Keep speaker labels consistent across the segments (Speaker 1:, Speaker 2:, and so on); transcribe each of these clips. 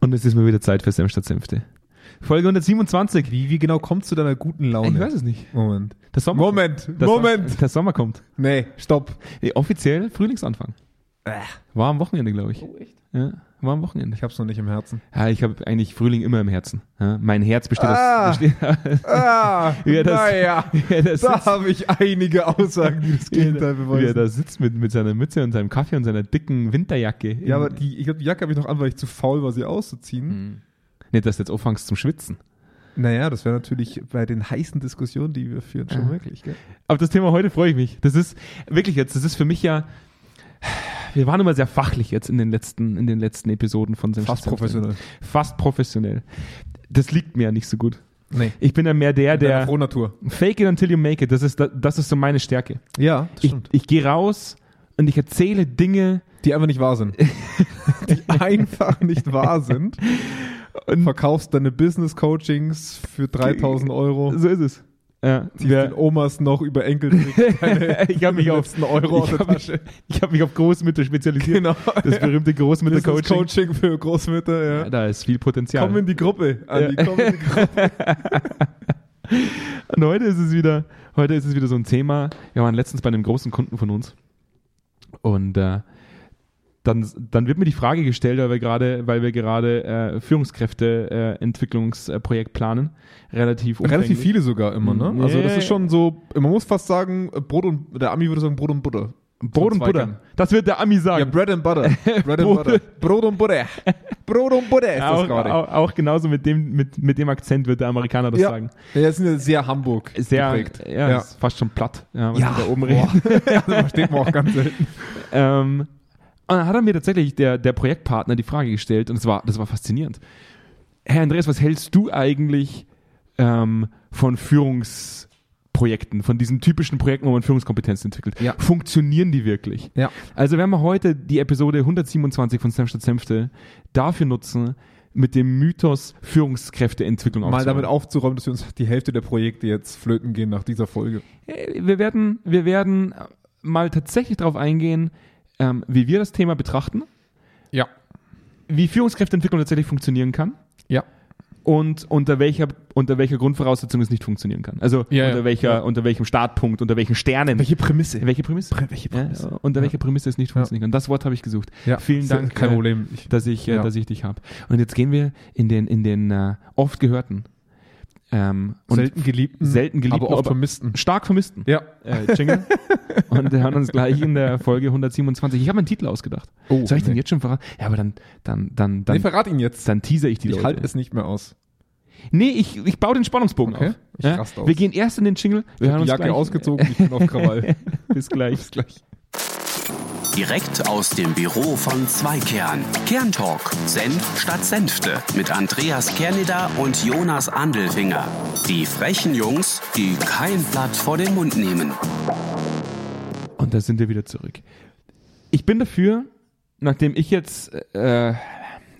Speaker 1: Und es ist mal wieder Zeit für Senf statt Senfte. Folge 127.
Speaker 2: Wie, wie genau kommt zu deiner guten Laune?
Speaker 1: Ich weiß es nicht.
Speaker 2: Moment.
Speaker 1: Der Sommer
Speaker 2: Moment,
Speaker 1: der
Speaker 2: Moment.
Speaker 1: Sommer, der Sommer kommt.
Speaker 2: Nee, stopp.
Speaker 1: Nee, offiziell Frühlingsanfang. War am Wochenende, glaube ich. Ja, war am Wochenende.
Speaker 2: Ich hab's noch nicht im Herzen.
Speaker 1: Ja, ich habe eigentlich Frühling immer im Herzen. Ja, mein Herz besteht
Speaker 2: Ah.
Speaker 1: aus... Besteht,
Speaker 2: Ah,
Speaker 1: Ja, das-
Speaker 2: naja.
Speaker 1: ja, das
Speaker 2: Da habe ich einige Aussagen, die das Gegenteil
Speaker 1: wie er
Speaker 2: beweisen.
Speaker 1: da sitzt mit, mit seiner Mütze und seinem Kaffee und seiner dicken Winterjacke.
Speaker 2: Ja, aber die, ich glaube, die Jacke habe ich noch an, weil ich zu faul war, sie auszuziehen.
Speaker 1: Hm. Nicht, dass du jetzt anfängst zum Schwitzen.
Speaker 2: Naja, das wäre natürlich bei den heißen Diskussionen, die wir führen, schon möglich. Gell?
Speaker 1: Auf das Thema heute freue ich mich. Das ist wirklich jetzt, das ist für mich ja. Wir waren immer sehr fachlich jetzt in den letzten, in den letzten Episoden von Senf
Speaker 2: Fast
Speaker 1: statt Senfte.
Speaker 2: professionell.
Speaker 1: Fast professionell. Das liegt mir ja nicht so gut.
Speaker 2: Nee.
Speaker 1: Ich bin ja mehr der, der
Speaker 2: Frohnatur.
Speaker 1: fake it until you make it. Das ist, das ist so meine Stärke.
Speaker 2: Ja, das
Speaker 1: Ich, ich gehe raus und ich erzähle Dinge,
Speaker 2: Die einfach nicht wahr sind. die einfach nicht wahr sind. Und verkaufst deine Business-Coachings für 3000 Euro.
Speaker 1: So ist es. Ja,
Speaker 2: Ziehst den Omas noch über Enkeltrick deine
Speaker 1: ich habe mich auf
Speaker 2: letzten Euro
Speaker 1: ich
Speaker 2: aus der
Speaker 1: habe mich,
Speaker 2: Tasche.
Speaker 1: ich hab mich auf Großmütter spezialisiert.
Speaker 2: Genau.
Speaker 1: Das berühmte Großmütter-Coaching.
Speaker 2: Coaching für Großmütter, ja.
Speaker 1: Ja, da ist viel Potenzial.
Speaker 2: Komm in die Gruppe, Andi,
Speaker 1: Ja.
Speaker 2: komm in die Gruppe.
Speaker 1: Und heute ist es wieder, heute ist es wieder so ein Thema. Wir waren letztens bei einem großen Kunden von uns und äh, dann, dann wird mir die Frage gestellt, weil wir gerade, weil wir gerade äh, Führungskräfte-Entwicklungsprojekt planen, relativ
Speaker 2: Relativ
Speaker 1: umfänglich.
Speaker 2: viele sogar immer, ne? Also das
Speaker 1: Nee.
Speaker 2: ist schon so, man muss fast sagen, Brot und, der Ami würde sagen Brot und Butter.
Speaker 1: Brot und
Speaker 2: Zum Zweikern.
Speaker 1: Butter. Das wird der Ami
Speaker 2: Ja,
Speaker 1: sagen.
Speaker 2: Bread and Butter. Bread and
Speaker 1: Brot-
Speaker 2: Butter. Brot und Butter. Brot und Butter ist das
Speaker 1: auch,
Speaker 2: gerade.
Speaker 1: auch, auch genauso mit dem, mit, mit dem Akzent wird der Amerikaner das
Speaker 2: ja.
Speaker 1: sagen.
Speaker 2: ja, das sind ja sehr Hamburg
Speaker 1: Sehr,
Speaker 2: geprägt.
Speaker 1: ja,
Speaker 2: ja.
Speaker 1: Ist fast schon platt, ja, was
Speaker 2: Ja.
Speaker 1: die da oben
Speaker 2: Boah.
Speaker 1: reden.
Speaker 2: das versteht man auch ganz selten.
Speaker 1: Ähm, und dann hat er mir tatsächlich der, der Projektpartner die Frage gestellt und das war, das war faszinierend. Herr Andreas, was hältst du eigentlich ähm, von Führungsprojekten, von diesen typischen Projekten, wo man Führungskompetenz entwickelt?
Speaker 2: Ja.
Speaker 1: Funktionieren die wirklich?
Speaker 2: Ja.
Speaker 1: Also werden wir heute die Episode 127 von Senf statt Senfte dafür nutzen, mit dem Mythos Führungskräfteentwicklung
Speaker 2: Mal
Speaker 1: aufzuräumen.
Speaker 2: damit aufzuräumen, dass wir uns die Hälfte der Projekte jetzt flöten gehen nach dieser Folge.
Speaker 1: Äh, wir werden, wir werden äh, mal tatsächlich darauf eingehen, ähm, wie wir das Thema betrachten,
Speaker 2: Ja.
Speaker 1: wie Führungskräfteentwicklung tatsächlich funktionieren kann
Speaker 2: Ja.
Speaker 1: und unter welcher, unter welcher Grundvoraussetzung es nicht funktionieren kann. Also
Speaker 2: Ja,
Speaker 1: unter,
Speaker 2: ja.
Speaker 1: welcher,
Speaker 2: Ja.
Speaker 1: unter welchem Startpunkt, unter welchen Sternen.
Speaker 2: Welche Prämisse?
Speaker 1: welche Prämisse?
Speaker 2: welche
Speaker 1: Ja, unter welcher Prämisse es nicht funktionieren kann. Das Wort habe ich gesucht. Vielen Dank,
Speaker 2: Kein
Speaker 1: äh,
Speaker 2: Problem. Ich,
Speaker 1: dass ich, äh,
Speaker 2: Ja.
Speaker 1: dass ich dich habe. Und jetzt gehen wir in den, in den äh, oft gehörten ähm, und
Speaker 2: selten geliebten,
Speaker 1: selten geliebten,
Speaker 2: aber oft
Speaker 1: aber
Speaker 2: vermissten.
Speaker 1: stark vermissten
Speaker 2: Ja.
Speaker 1: äh, Jingle. und wir hören uns gleich in der Folge 127. Ich habe einen Titel ausgedacht.
Speaker 2: Oh,
Speaker 1: Soll ich den
Speaker 2: nee.
Speaker 1: jetzt schon verraten? Ja, aber dann, dann, dann, dann,
Speaker 2: nee, verrate ihn jetzt.
Speaker 1: dann teaser ich die
Speaker 2: Ich
Speaker 1: Leute.
Speaker 2: halte es nicht mehr aus.
Speaker 1: Nee, ich, ich baue den Spannungsbogen
Speaker 2: Okay,
Speaker 1: auf.
Speaker 2: ich raste aus.
Speaker 1: Wir gehen erst in den Jingle. Wir
Speaker 2: Ich habe die Jacke
Speaker 1: gleich.
Speaker 2: ausgezogen, ich bin auf Krawall.
Speaker 1: Bis gleich. Bis gleich.
Speaker 3: Direkt aus dem Büro von Zweikern. Kerntalk. Senf statt Senfte. Mit Andreas Kerneder und Jonas Andelfinger. Die frechen Jungs, die kein Blatt vor den Mund nehmen.
Speaker 1: Und da sind wir wieder zurück. Ich bin dafür, nachdem ich jetzt äh,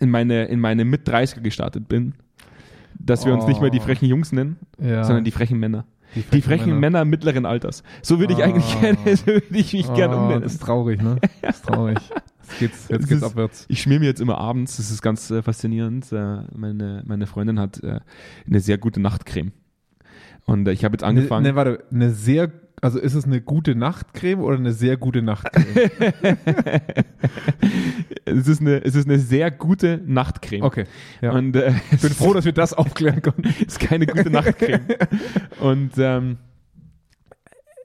Speaker 1: in meine, in meine Mit-30er gestartet bin, dass wir uns
Speaker 2: Oh.
Speaker 1: nicht mehr die frechen Jungs nennen,
Speaker 2: Ja.
Speaker 1: sondern die frechen Männer. Die frechen, Männer. mittleren Alters. So würde ich
Speaker 2: Ah.
Speaker 1: eigentlich gerne, so würde ich mich gerne
Speaker 2: oh,
Speaker 1: umnennen.
Speaker 2: das ist traurig, ne? Das ist traurig. Jetzt geht's, jetzt
Speaker 1: Das
Speaker 2: geht's
Speaker 1: ist-
Speaker 2: abwärts.
Speaker 1: Ich schmier mir jetzt immer abends, das ist ganz äh, faszinierend. Äh, meine, meine Freundin hat äh, eine sehr gute Nachtcreme. Und äh, ich habe jetzt angefangen.
Speaker 2: Ne, ne, warte, eine sehr, also ist es eine gute Nachtcreme oder eine sehr gute Nachtcreme?
Speaker 1: es, ist eine, es ist eine sehr gute Nachtcreme.
Speaker 2: Okay. Ja.
Speaker 1: Und äh,
Speaker 2: ich bin froh, dass wir das aufklären konnten.
Speaker 1: ist keine gute Nachtcreme. Und ähm,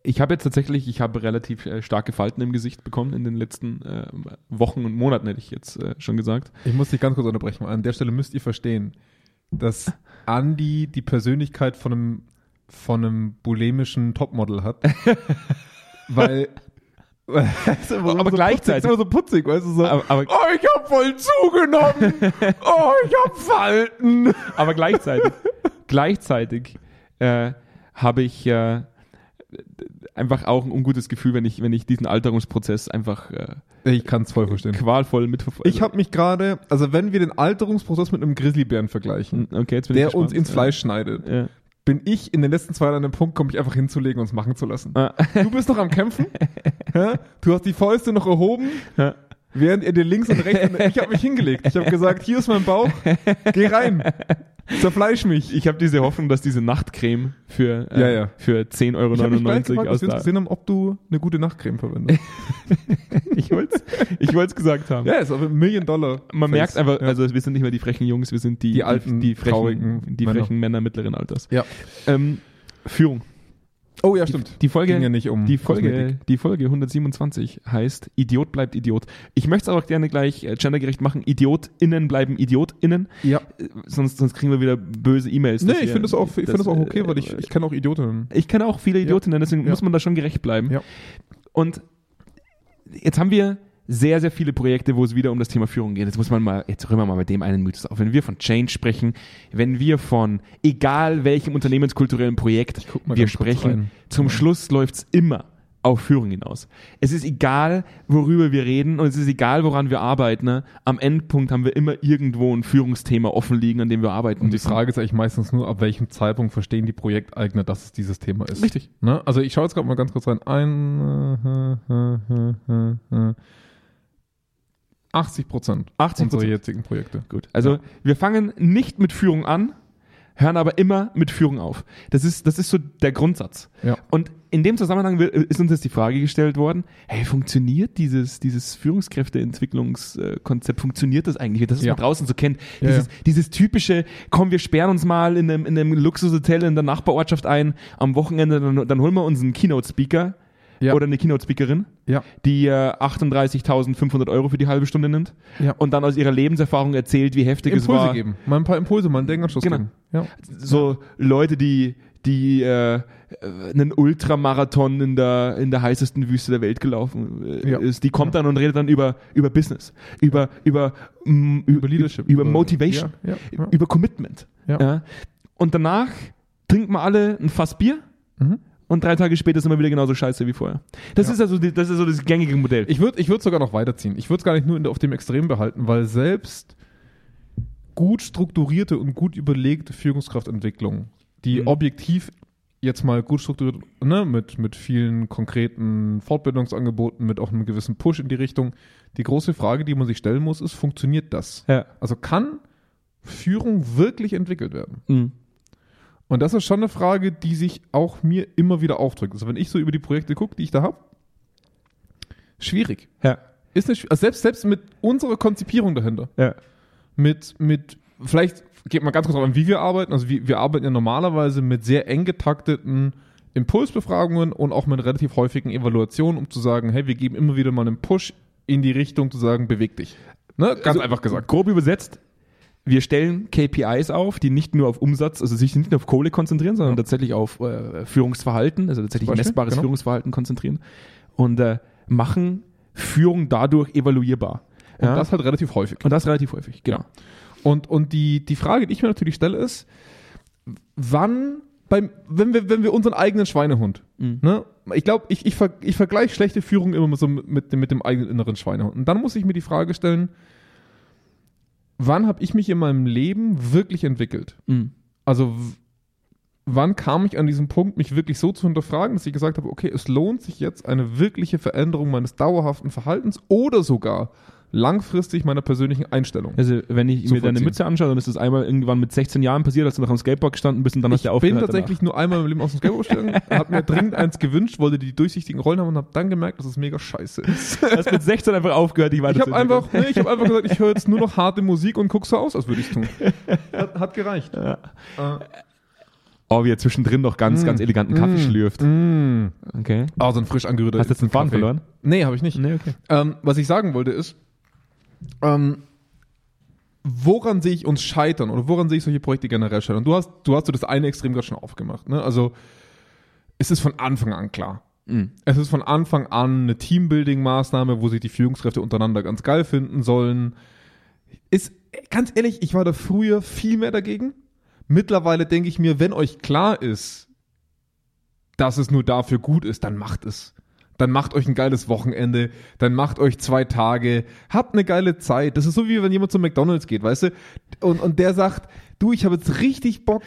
Speaker 1: ich habe jetzt tatsächlich, ich habe relativ äh, starke Falten im Gesicht bekommen in den letzten äh, Wochen und Monaten, hätte ich jetzt äh, schon gesagt.
Speaker 2: Ich muss dich ganz kurz unterbrechen. An der Stelle müsst ihr verstehen, dass Andy die Persönlichkeit von einem, von einem bulimischen Topmodel hat. weil. Weißt du, warum
Speaker 1: Aber
Speaker 2: so
Speaker 1: gleichzeitig-
Speaker 2: Putzig, ist immer so putzig, weißt du, so.
Speaker 1: Aber, aber,
Speaker 2: oh, ich hab voll zugenommen! oh, ich hab Falten!
Speaker 1: aber gleichzeitig, gleichzeitig äh, habe ich äh, einfach auch ein ungutes Gefühl, wenn ich, wenn ich diesen Alterungsprozess einfach äh,
Speaker 2: Ich kann's voll verstehen.
Speaker 1: qualvoll mitverfolge.
Speaker 2: Ich habe mich gerade, also wenn wir den Alterungsprozess mit einem Grizzlybären vergleichen,
Speaker 1: also, okay, jetzt bin ich
Speaker 2: der
Speaker 1: gespannt.
Speaker 2: uns ins Fleisch schneidet,
Speaker 1: Ja.
Speaker 2: bin ich in den letzten zwei Jahren an dem Punkt, komm ich einfach hinzulegen und es machen zu lassen.
Speaker 1: Ja.
Speaker 2: Du bist noch am Kämpfen. Hä? Du hast die Fäuste noch erhoben.
Speaker 1: Ja.
Speaker 2: Während er dir links und rechts. Ich habe mich hingelegt. Ich habe gesagt, hier ist mein Bauch. Geh rein. Zerfleisch mich.
Speaker 1: Ich habe diese Hoffnung, dass diese Nachtcreme für, äh,
Speaker 2: Ja, ja.
Speaker 1: für
Speaker 2: Ich habe mich gleich
Speaker 1: 10,99 Euro aus
Speaker 2: gefragt, dass wir uns
Speaker 1: der.
Speaker 2: gesehen haben, ob du eine gute Nachtcreme verwendest.
Speaker 1: Ich wollte es ich wollt's gesagt haben.
Speaker 2: ja, ist aber ein Million Dollar.
Speaker 1: Man
Speaker 2: Face.
Speaker 1: merkt einfach, also wir sind nicht mehr die frechen Jungs, wir sind die,
Speaker 2: Die alten,
Speaker 1: die, frechen,
Speaker 2: traurigen
Speaker 1: die
Speaker 2: Männer.
Speaker 1: frechen Männer mittleren Alters.
Speaker 2: Ja.
Speaker 1: Ähm, Führung.
Speaker 2: Oh ja,
Speaker 1: Die,
Speaker 2: stimmt.
Speaker 1: die Folge,
Speaker 2: Ging ja nicht um
Speaker 1: die, Folge
Speaker 2: Kosmetik.
Speaker 1: die Folge 127 heißt Idiot bleibt Idiot. Ich möchte es auch gerne gleich äh, gendergerecht machen. IdiotInnen bleiben IdiotInnen.
Speaker 2: Ja.
Speaker 1: Äh, Sonst, sonst kriegen wir wieder böse E-Mails.
Speaker 2: Nee,
Speaker 1: dass
Speaker 2: ich
Speaker 1: wir-
Speaker 2: finde das auch, ich find
Speaker 1: dass,
Speaker 2: das auch okay,
Speaker 1: äh,
Speaker 2: weil ich, ich kann auch Idioten.
Speaker 1: Ich kenne auch viele Idiotinnen, deswegen
Speaker 2: Ja.
Speaker 1: muss man da schon gerecht bleiben.
Speaker 2: Ja.
Speaker 1: Und jetzt haben wir sehr, sehr viele Projekte, wo es wieder um das Thema Führung geht. Jetzt muss man mal, jetzt rühren wir mal mit dem einen Mythos auf. Wenn wir von Change sprechen, wenn wir von egal welchem unternehmenskulturellen Projekt
Speaker 2: guck mal
Speaker 1: wir
Speaker 2: ganz kurz
Speaker 1: sprechen,
Speaker 2: rein.
Speaker 1: zum Schluss läuft es immer auf Führung hinaus. Es ist egal, worüber wir reden und es ist egal, woran wir arbeiten. Ne? Am Endpunkt haben wir immer irgendwo ein Führungsthema offen liegen, an dem wir arbeiten
Speaker 2: Und die Frage ist eigentlich meistens nur, ab welchem Zeitpunkt verstehen die Projekteigner, dass es dieses Thema ist.
Speaker 1: Richtig.
Speaker 2: Ne? Also ich schaue jetzt gerade mal ganz kurz rein. Ein, 80 Prozent
Speaker 1: 80%.
Speaker 2: unserer jetzigen Projekte.
Speaker 1: Gut. Also wir fangen nicht mit Führung an, hören aber immer mit Führung auf. Das ist, das ist so der Grundsatz.
Speaker 2: Ja.
Speaker 1: Und in dem Zusammenhang wird- ist uns jetzt die Frage gestellt worden, hey, funktioniert dieses, dieses Führungskräfteentwicklungskonzept, funktioniert das eigentlich, wie das was
Speaker 2: Ja.
Speaker 1: man draußen so kennt?
Speaker 2: Ja,
Speaker 1: dieses,
Speaker 2: ja.
Speaker 1: dieses typische, komm, wir sperren uns mal in einem, in einem Luxushotel in der Nachbarortschaft ein, am Wochenende, dann, dann holen wir uns einen Keynote-Speaker
Speaker 2: Ja.
Speaker 1: oder eine Keynote-Speakerin
Speaker 2: Ja.
Speaker 1: die äh, 38.500 Euro für die halbe Stunde nimmt
Speaker 2: Ja.
Speaker 1: und dann aus ihrer Lebenserfahrung erzählt, wie heftig es
Speaker 2: Impulse
Speaker 1: war.
Speaker 2: geben. Mal ein paar Impulse, mal einen Denkanschluss
Speaker 1: Genau.
Speaker 2: geben. Ja.
Speaker 1: So Leute, die, die äh, äh, einen Ultramarathon in der, in der heißesten Wüste der Welt gelaufen äh,
Speaker 2: Ja.
Speaker 1: ist, die kommt dann und redet dann über, über Business, über, über, mm,
Speaker 2: Über Leadership.
Speaker 1: über
Speaker 2: Über-
Speaker 1: Motivation,
Speaker 2: Ja, ja, ja.
Speaker 1: über Commitment.
Speaker 2: Ja.
Speaker 1: Und danach trinken wir alle ein Fass Bier.
Speaker 2: Mhm.
Speaker 1: Und drei Tage später sind wir wieder genauso scheiße wie vorher. Das
Speaker 2: Ja.
Speaker 1: ist also die, das ist so das gängige Modell.
Speaker 2: Ich würde ich würd sogar noch weiterziehen. Ich würde es gar nicht nur in der, auf dem Extrem behalten, weil selbst gut strukturierte und gut überlegte Führungskraftentwicklung, die
Speaker 1: Mhm.
Speaker 2: objektiv jetzt mal gut strukturiert, ne, mit, mit vielen konkreten Fortbildungsangeboten, mit auch einem gewissen Push in die Richtung, die große Frage, die man sich stellen muss, ist, funktioniert das?
Speaker 1: ja.
Speaker 2: Also kann Führung wirklich entwickelt werden?
Speaker 1: Mhm.
Speaker 2: Und das ist schon eine Frage, die sich auch mir immer wieder aufdrückt. Also wenn ich so über die Projekte gucke, die ich da habe, schwierig.
Speaker 1: Ja.
Speaker 2: Ist eine, schw- also selbst, selbst mit unserer Konzipierung dahinter,
Speaker 1: Ja.
Speaker 2: mit, mit, vielleicht geht mal ganz kurz darauf an, wie wir arbeiten. Also wir, wir arbeiten ja normalerweise mit sehr eng getakteten Impulsbefragungen und auch mit relativ häufigen Evaluationen, um zu sagen, hey, wir geben immer wieder mal einen Push in die Richtung zu sagen, beweg dich. Ne? Ganz
Speaker 1: Also,
Speaker 2: einfach gesagt.
Speaker 1: Grob übersetzt, wir stellen KPIs auf, die nicht nur auf Umsatz, also sich nicht nur auf Kohle konzentrieren, sondern tatsächlich auf äh, Führungsverhalten, also tatsächlich
Speaker 2: Beispiel,
Speaker 1: messbares
Speaker 2: genau.
Speaker 1: Führungsverhalten konzentrieren und äh, machen Führung dadurch evaluierbar.
Speaker 2: Und
Speaker 1: Ja?
Speaker 2: das halt relativ häufig.
Speaker 1: und das relativ häufig, genau.
Speaker 2: Und, und die, die Frage, die ich mir natürlich stelle, ist, wann, beim, wenn, wir, wenn wir unseren eigenen Schweinehund,
Speaker 1: Mhm.
Speaker 2: ne? ich glaube, ich, ich, ver, ich vergleiche schlechte Führung immer mit so mit, mit, dem- mit dem eigenen inneren Schweinehund. Und dann muss ich mir die Frage stellen, wann habe ich mich in meinem Leben wirklich entwickelt?
Speaker 1: Mhm.
Speaker 2: Also w- wann kam ich an diesen Punkt, mich wirklich so zu hinterfragen, dass ich gesagt habe, okay, es lohnt sich jetzt eine wirkliche Veränderung meines dauerhaften Verhaltens oder sogar langfristig meiner persönlichen Einstellung.
Speaker 1: Also wenn ich mir deine
Speaker 2: vollziehen.
Speaker 1: Mütze anschaue, dann ist das einmal irgendwann mit 16 Jahren passiert, als du noch am Skateboard gestanden bist und dann hast du
Speaker 2: ich bin
Speaker 1: aufgehört
Speaker 2: tatsächlich nur einmal im Leben aus dem Skateboard gestiegen, hab mir dringend eins gewünscht, wollte die durchsichtigen Rollen haben und hab dann gemerkt, dass es mega scheiße ist.
Speaker 1: danach. Du hast mit 16 einfach aufgehört, die
Speaker 2: Ich habe
Speaker 1: weiterzuentwickeln.
Speaker 2: einfach, nee, ich hab einfach gesagt, ich höre jetzt nur noch harte Musik und guck so aus, als würde ich tun. Hat, hat gereicht.
Speaker 1: Oh, wie er zwischendrin noch ganz,
Speaker 2: Mhm.
Speaker 1: ganz eleganten Kaffee schlürft.
Speaker 2: Mm.
Speaker 1: Okay.
Speaker 2: Ah, so ein frisch angerührter.
Speaker 1: Hast du jetzt einen Faden
Speaker 2: Kaffee.
Speaker 1: verloren?
Speaker 2: Nee, habe ich nicht.
Speaker 1: Nee, okay.
Speaker 2: Ähm, was ich sagen wollte ist, ähm, woran sehe ich uns scheitern oder woran sehe ich solche Projekte generell scheitern? Du hast, du hast so das eine Extrem gerade schon aufgemacht. Ne? Also es ist von Anfang an klar. Es ist von Anfang an eine Teambuilding-Maßnahme, wo sich die Führungskräfte untereinander ganz geil finden sollen. Ist ganz ehrlich, ich war da früher viel mehr dagegen. Mittlerweile denke ich mir, wenn euch klar ist, dass es nur dafür gut ist, dann macht es. Dann macht euch ein geiles Wochenende, dann macht euch zwei Tage, habt eine geile Zeit. Das ist so wie wenn jemand zu McDonalds geht, weißt du? Und, und der sagt, du, ich habe jetzt richtig Bock,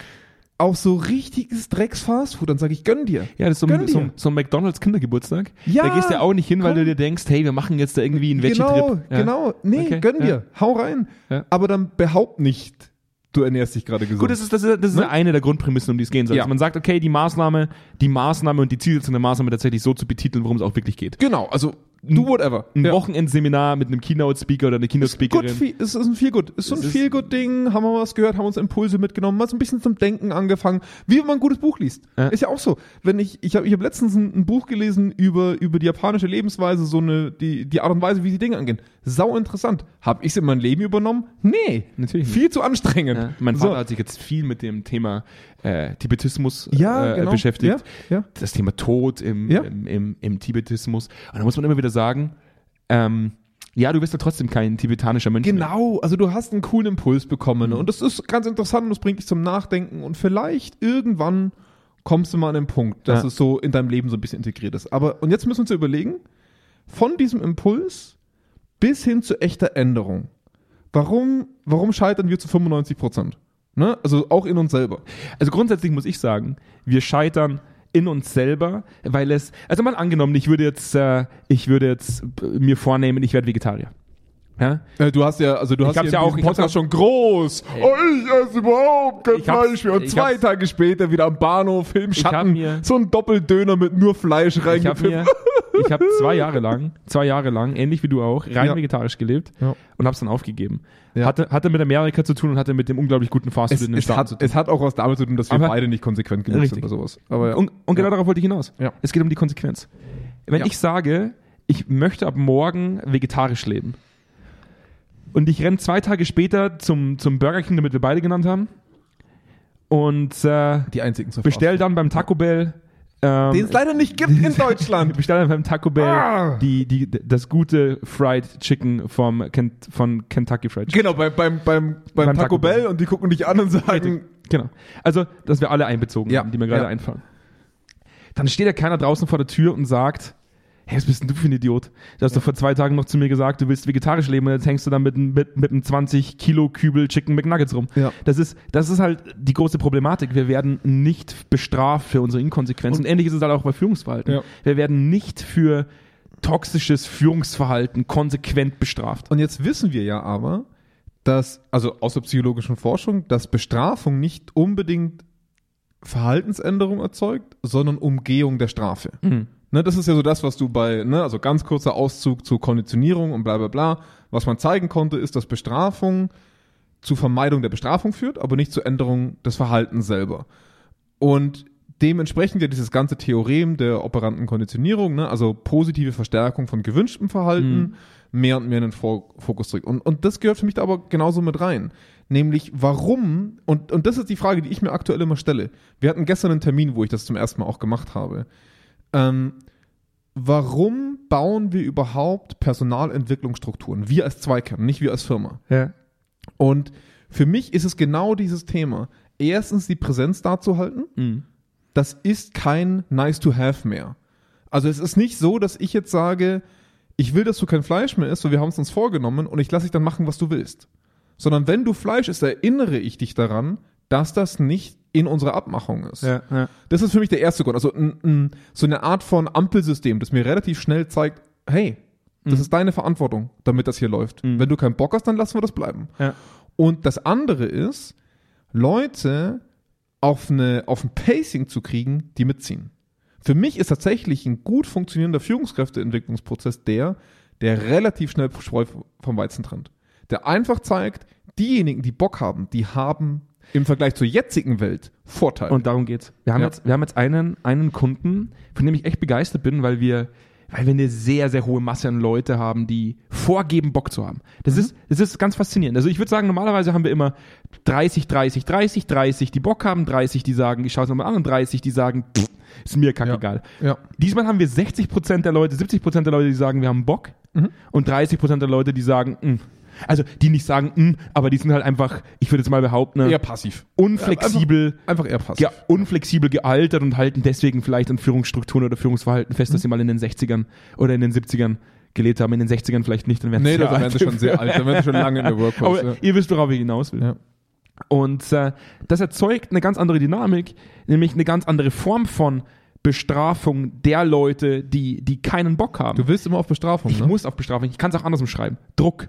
Speaker 2: auch so richtiges Drecks-Fastfood, dann sage ich, gönn dir.
Speaker 1: Ja, das ist so
Speaker 2: Gönn
Speaker 1: ein, so, ein-
Speaker 2: dir.
Speaker 1: so ein McDonalds Kindergeburtstag.
Speaker 2: Ja,
Speaker 1: da gehst du ja auch nicht hin, weil
Speaker 2: komm.
Speaker 1: du dir denkst, hey, wir machen jetzt da irgendwie einen Veggie-Trip.
Speaker 2: Genau,
Speaker 1: ja.
Speaker 2: genau. Nee,
Speaker 1: Okay,
Speaker 2: gönn
Speaker 1: ja.
Speaker 2: dir. Hau rein.
Speaker 1: Ja.
Speaker 2: Aber dann behaupt nicht, du ernährst dich gerade gesund.
Speaker 1: Gut, das ist, das ist, das ist
Speaker 2: Ne?
Speaker 1: eine der Grundprämissen, um die es gehen soll.
Speaker 2: Ja.
Speaker 1: Dass man sagt, okay, die Maßnahme, die Maßnahme und die Zielsetzung der Maßnahme tatsächlich so zu betiteln, worum es auch wirklich geht.
Speaker 2: genau, also do whatever.
Speaker 1: Ein
Speaker 2: Ja.
Speaker 1: Wochenendseminar mit einem Keynote-Speaker oder einer
Speaker 2: Gut,
Speaker 1: Keynote-Speakerin.
Speaker 2: viel- es ist ein viel gut. Ist so ein
Speaker 1: Es ist-
Speaker 2: viel gut Ding, haben wir was gehört, haben uns Impulse mitgenommen, mal so ein bisschen zum Denken angefangen, wie man ein gutes Buch liest.
Speaker 1: Ja.
Speaker 2: Ist ja auch so, wenn ich ich habe ich habe letztens ein, ein Buch gelesen über über die japanische Lebensweise, so eine die die Art und Weise, wie sie Dinge angehen. Sau interessant. Habe ich es in mein Leben übernommen? Nee,
Speaker 1: Natürlich nicht.
Speaker 2: Viel zu anstrengend.
Speaker 1: Ja. Mein
Speaker 2: So.
Speaker 1: Vater hat sich jetzt viel mit dem Thema äh, Tibetismus
Speaker 2: Ja,
Speaker 1: äh,
Speaker 2: genau.
Speaker 1: beschäftigt.
Speaker 2: Ja, ja.
Speaker 1: Das Thema Tod im,
Speaker 2: Ja.
Speaker 1: im, im, im Tibetismus. Und da muss man immer wieder sagen, ähm, ja, du bist ja trotzdem kein tibetanischer Mönch. mehr.
Speaker 2: Genau, also du hast einen coolen Impuls bekommen und das ist ganz interessant und das bringt dich zum Nachdenken und vielleicht irgendwann kommst du mal an den Punkt, dass
Speaker 1: Ja.
Speaker 2: es so in deinem Leben so ein bisschen integriert ist. Aber und jetzt müssen wir uns ja überlegen, von diesem Impuls bis hin zu echter Änderung. Warum, warum scheitern wir zu 95 Prozent? Ne? Also auch in uns selber.
Speaker 1: Also grundsätzlich muss ich sagen, wir scheitern in uns selber, weil es, also mal angenommen, ich würde jetzt, äh, ich würde jetzt äh, mir vornehmen, ich werde Vegetarier. Ja?
Speaker 2: Äh, Du hast ja, also du hast
Speaker 1: hab's ja
Speaker 2: in
Speaker 1: auch-
Speaker 2: diesem
Speaker 1: ich hab's
Speaker 2: Podcast schon groß. Oh, ich esse überhaupt kein
Speaker 1: Ich hab's-
Speaker 2: Fleisch mehr. Und
Speaker 1: ich
Speaker 2: zwei
Speaker 1: hab's-
Speaker 2: Tage später wieder am Bahnhof im
Speaker 1: hab
Speaker 2: Schatten
Speaker 1: mir-
Speaker 2: so ein Doppeldöner mit nur Fleisch
Speaker 1: Ich habe
Speaker 2: reingepfiffen.
Speaker 1: mir, ich habe zwei Jahre lang, zwei Jahre lang, ähnlich wie du auch, rein
Speaker 2: Ja.
Speaker 1: vegetarisch gelebt
Speaker 2: Ja.
Speaker 1: und habe es dann aufgegeben.
Speaker 2: Ja.
Speaker 1: Hatte, hatte mit Amerika zu tun und hatte mit dem unglaublich guten Fastfood
Speaker 2: Es,
Speaker 1: in den
Speaker 2: es,
Speaker 1: Staaten zu
Speaker 2: hat, es hat auch was damit zu tun, dass wir
Speaker 1: Aber-
Speaker 2: beide nicht konsequent genug
Speaker 1: Richtig.
Speaker 2: sind oder sowas. Aber ja.
Speaker 1: Und, und genau darauf wollte ich hinaus.
Speaker 2: Ja.
Speaker 1: Es geht um die Konsequenz. Wenn
Speaker 2: Ja.
Speaker 1: ich sage, ich möchte ab morgen vegetarisch leben und ich renne zwei Tage später zum, zum Burger King, damit wir beide genannt haben, und äh,
Speaker 2: die einzigen zu
Speaker 1: bestell dann beim Taco Bell. Ähm,
Speaker 2: Den es leider nicht gibt in Deutschland.
Speaker 1: bestell dann beim Taco Bell
Speaker 2: Ah!
Speaker 1: die, die, das gute Fried Chicken vom, Ken- von Kentucky Fried Chicken.
Speaker 2: genau, beim, beim, beim, beim,
Speaker 1: Beim
Speaker 2: Taco,
Speaker 1: Taco
Speaker 2: Bell
Speaker 1: Bell.
Speaker 2: und die gucken dich an und sagen,
Speaker 1: Genau. Also, dass wir alle einbezogen
Speaker 2: Ja,
Speaker 1: haben, die mir gerade
Speaker 2: ja.
Speaker 1: einfallen. Dann steht ja keiner draußen vor der Tür und sagt, hey, was bist denn du für ein Idiot? Du hast doch vor zwei Tagen noch zu mir gesagt, du willst vegetarisch leben und jetzt hängst du dann mit, einem- mit, mit einem 20-Kilo-Kübel Chicken McNuggets rum.
Speaker 2: Ja.
Speaker 1: Das, ist, das ist halt die große Problematik. Wir werden nicht bestraft für unsere Inkonsequenzen. Und, ähnlich ist es halt auch bei Führungsverhalten.
Speaker 2: Ja.
Speaker 1: Wir werden nicht für toxisches Führungsverhalten konsequent bestraft.
Speaker 2: Und jetzt wissen wir ja aber, dass, also aus der psychologischen Forschung, dass Bestrafung nicht unbedingt Verhaltensänderung erzeugt, sondern Umgehung der Strafe. Ne, das ist ja so das, was du bei, ne, also ganz kurzer Auszug zu Konditionierung und bla bla bla. Was man zeigen konnte, ist, dass Bestrafung zu Vermeidung der Bestrafung führt, aber nicht zur Änderung des Verhaltens selber. Und dementsprechend ja dieses ganze Theorem der operanten Konditionierung, ne, also positive Verstärkung von gewünschtem Verhalten, mehr und mehr in den Fo- Fokus drückt. Und, und das gehört für mich da aber genauso mit rein. Nämlich, warum, und, und das ist die Frage, die ich mir aktuell immer stelle. Wir hatten gestern einen Termin, wo ich das zum ersten Mal auch gemacht habe. Ähm, warum bauen wir überhaupt Personalentwicklungsstrukturen? Wir als Zweikern, nicht wir als Firma.
Speaker 1: Ja.
Speaker 2: Und für mich ist es genau dieses Thema. Erstens die Präsenz dazu halten.
Speaker 1: Mhm.
Speaker 2: Das ist kein nice to have mehr. Also es ist nicht so, dass ich jetzt sage, ich will, dass du kein Fleisch mehr isst, weil wir haben es uns vorgenommen und ich lasse dich dann machen, was du willst. Sondern wenn du Fleisch isst, erinnere ich dich daran, dass das nicht in unserer Abmachung ist.
Speaker 1: Ja, ja.
Speaker 2: Das ist für mich der erste Grund. Also n, n, so eine Art von Ampelsystem, das mir relativ schnell zeigt, hey, das ist deine Verantwortung, damit das hier läuft. Wenn du keinen Bock hast, dann lassen wir das bleiben.
Speaker 1: Ja.
Speaker 2: Und das andere ist, Leute auf, eine, auf ein Pacing zu kriegen, die mitziehen. Für mich ist tatsächlich ein gut funktionierender Führungskräfteentwicklungsprozess der, der relativ schnell Spreu vom Weizen trennt. Der einfach zeigt, diejenigen, die Bock haben, die haben im Vergleich zur jetzigen Welt Vorteile.
Speaker 1: Und darum geht's. Wir haben,
Speaker 2: Ja.
Speaker 1: jetzt, wir haben jetzt einen, einen Kunden, von dem ich echt begeistert bin, weil wir, weil wir eine sehr, sehr hohe Masse an Leute haben, die vorgeben, Bock zu haben. Das,
Speaker 2: Mhm.
Speaker 1: ist, das ist ganz faszinierend. Also ich würde sagen, normalerweise haben wir immer 30, 30, 30, 30, die Bock haben, 30, die sagen, ich schaue es nochmal an, und 30, die sagen, pff, ist mir kackegal.
Speaker 2: Ja.
Speaker 1: Diesmal haben wir 60% der Leute, 70% der Leute, die sagen, wir haben Bock
Speaker 2: Mhm.
Speaker 1: und 30% der Leute, die sagen, mm. also die nicht sagen, mm, aber die sind halt einfach, ich würde jetzt mal behaupten,
Speaker 2: Eher passiv.
Speaker 1: unflexibel
Speaker 2: Einfach eher passiv.
Speaker 1: ja, unflexibel gealtert und halten deswegen vielleicht an Führungsstrukturen oder Führungsverhalten fest,
Speaker 2: Mhm.
Speaker 1: dass sie mal in den 60ern oder in den 70ern gelebt haben. In den 60ern vielleicht nicht, dann wären
Speaker 2: Nee,
Speaker 1: sehr
Speaker 2: da
Speaker 1: alt.
Speaker 2: werden sie schon sehr alt. Da werden sie schon lange in der Workforce.
Speaker 1: Aber ihr wisst, worauf ich hinaus will.
Speaker 2: Ja.
Speaker 1: Und äh, das erzeugt eine ganz andere Dynamik, nämlich eine ganz andere Form von Bestrafung der Leute, die, die keinen Bock haben.
Speaker 2: Du willst immer auf Bestrafung,
Speaker 1: Ich
Speaker 2: ne?
Speaker 1: muss auf Bestrafung. Ich kann es auch andersrum schreiben. Druck.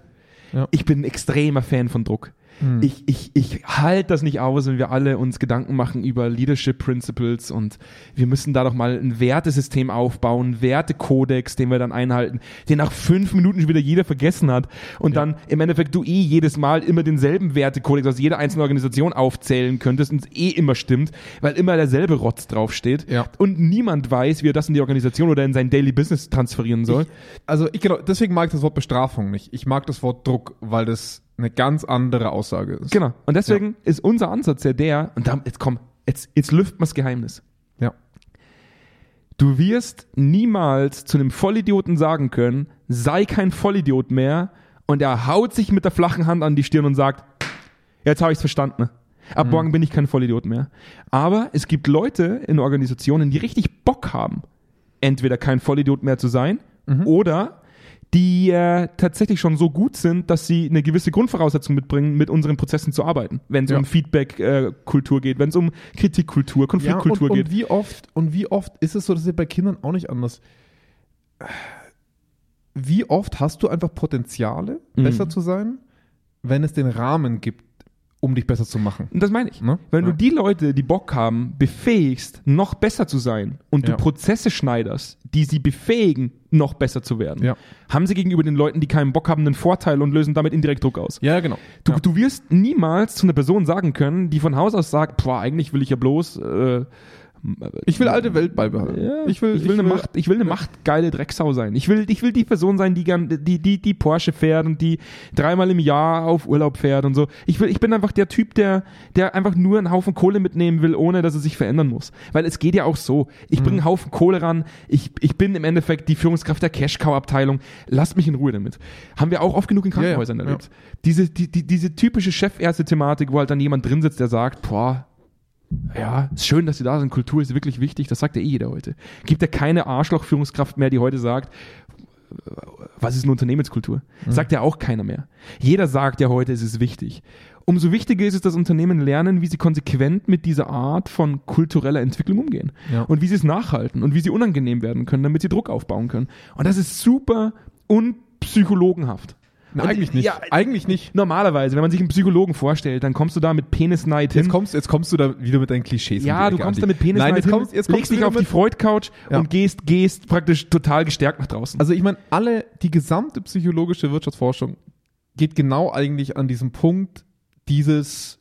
Speaker 2: Ja. Hm.
Speaker 1: Ich bin ein extremer Fan von Druck. Ich, ich, ich halte das nicht aus, wenn wir alle uns Gedanken machen über Leadership Principles und wir müssen da doch mal ein Wertesystem aufbauen, einen Wertekodex, den wir dann einhalten, den nach fünf Minuten schon wieder jeder vergessen hat und dann im Endeffekt du eh jedes Mal immer denselben Wertekodex aus jeder einzelnen Organisation aufzählen könntest und es eh immer stimmt, weil immer derselbe Rotz draufsteht
Speaker 2: Ja.
Speaker 1: und niemand weiß, wie er das in die Organisation oder in sein Daily Business transferieren soll.
Speaker 2: Also ich genau, deswegen mag ich das Wort Bestrafung nicht. Ich mag das Wort Druck, weil das eine ganz andere Aussage ist.
Speaker 1: Genau. Und deswegen ist unser Ansatz ja der, und dann, jetzt komm, jetzt, jetzt lüften wir das Geheimnis.
Speaker 2: Ja.
Speaker 1: Du wirst niemals zu einem Vollidioten sagen können, sei kein Vollidiot mehr und er haut sich mit der flachen Hand an die Stirn und sagt, jetzt habe ich es verstanden. Ab
Speaker 2: Mhm.
Speaker 1: morgen bin ich kein Vollidiot mehr. Aber es gibt Leute in Organisationen, die richtig Bock haben, entweder kein Vollidiot mehr zu sein
Speaker 2: Mhm.
Speaker 1: oder die äh, tatsächlich schon so gut sind, dass sie eine gewisse Grundvoraussetzung mitbringen, mit unseren Prozessen zu arbeiten. Wenn es
Speaker 2: Ja.
Speaker 1: um Feedback-Kultur geht, wenn es um Kritikkultur,
Speaker 2: Ja, und,
Speaker 1: Konfliktkultur geht.
Speaker 2: und wie oft und wie oft ist es so, dass es bei Kindern auch nicht anders. Wie oft hast du einfach Potenziale,
Speaker 1: Mhm.
Speaker 2: besser zu sein, wenn es den Rahmen gibt, um dich besser zu machen?
Speaker 1: Und das meine ich.
Speaker 2: Ne?
Speaker 1: Wenn
Speaker 2: Ja.
Speaker 1: du die Leute, die Bock haben, befähigst, noch besser zu sein und du
Speaker 2: Ja.
Speaker 1: Prozesse schneiderst, die sie befähigen, noch besser zu werden,
Speaker 2: Ja.
Speaker 1: haben sie gegenüber den Leuten, die keinen Bock haben, einen Vorteil und lösen damit indirekt Druck aus.
Speaker 2: Ja, genau.
Speaker 1: Du,
Speaker 2: ja.
Speaker 1: du wirst niemals zu einer Person sagen können, die von Haus aus sagt, boah, eigentlich will ich ja bloß äh,
Speaker 2: Ich will alte Welt beibehalten.
Speaker 1: ja, ich will, ich will eine Macht, ich will eine machtgeile Drecksau sein. Ich will, ich will die Person sein, die gern, die, die, die Porsche fährt und die dreimal im Jahr auf Urlaub fährt und so. Ich will, ich bin einfach der Typ, der, der einfach nur einen Haufen Kohle mitnehmen will, ohne dass er sich verändern muss. Weil es geht ja auch so. Ich bringe einen Haufen Kohle ran. Ich, ich bin im Endeffekt die Führungskraft der Cash Cow Abteilung. Lasst mich in Ruhe damit. Haben wir auch oft genug in
Speaker 2: ja,
Speaker 1: Krankenhäusern
Speaker 2: ja.
Speaker 1: erlebt. Diese, die, die, diese typische Chefärzte-Thematik, wo halt dann jemand drin sitzt, der sagt, boah, ja, ist schön, dass sie da sind. Kultur ist wirklich wichtig. Das sagt ja eh jeder heute. Gibt ja keine Arschloch-Führungskraft mehr, die heute sagt, was ist eine Unternehmenskultur?
Speaker 2: Mhm.
Speaker 1: Sagt ja auch keiner mehr. Jeder sagt ja heute, es ist wichtig. Umso wichtiger ist es, dass Unternehmen lernen, wie sie konsequent mit dieser Art von kultureller Entwicklung umgehen.
Speaker 2: Ja.
Speaker 1: Und wie sie es nachhalten und wie sie unangenehm werden können, damit sie Druck aufbauen können. Und das ist super unpsychologenhaft.
Speaker 2: Na,
Speaker 1: Und-
Speaker 2: eigentlich nicht.
Speaker 1: Ja,
Speaker 2: eigentlich nicht.
Speaker 1: normalerweise, wenn man sich einen Psychologen vorstellt, dann kommst du da mit Penisneid hin.
Speaker 2: Jetzt kommst, jetzt kommst du da wieder mit deinen Klischees. um die
Speaker 1: Ja, du
Speaker 2: Ecke,
Speaker 1: kommst
Speaker 2: Andi.
Speaker 1: da mit Penis
Speaker 2: Nein,
Speaker 1: rein
Speaker 2: jetzt
Speaker 1: hin,
Speaker 2: kommst, jetzt kommst
Speaker 1: legst
Speaker 2: du
Speaker 1: dich
Speaker 2: wieder
Speaker 1: auf die
Speaker 2: mit-
Speaker 1: Freud-Couch
Speaker 2: Ja.
Speaker 1: und gehst, gehst praktisch total gestärkt nach draußen.
Speaker 2: Also ich meine, alle, die gesamte psychologische Wirtschaftsforschung geht genau eigentlich an diesem Punkt, dieses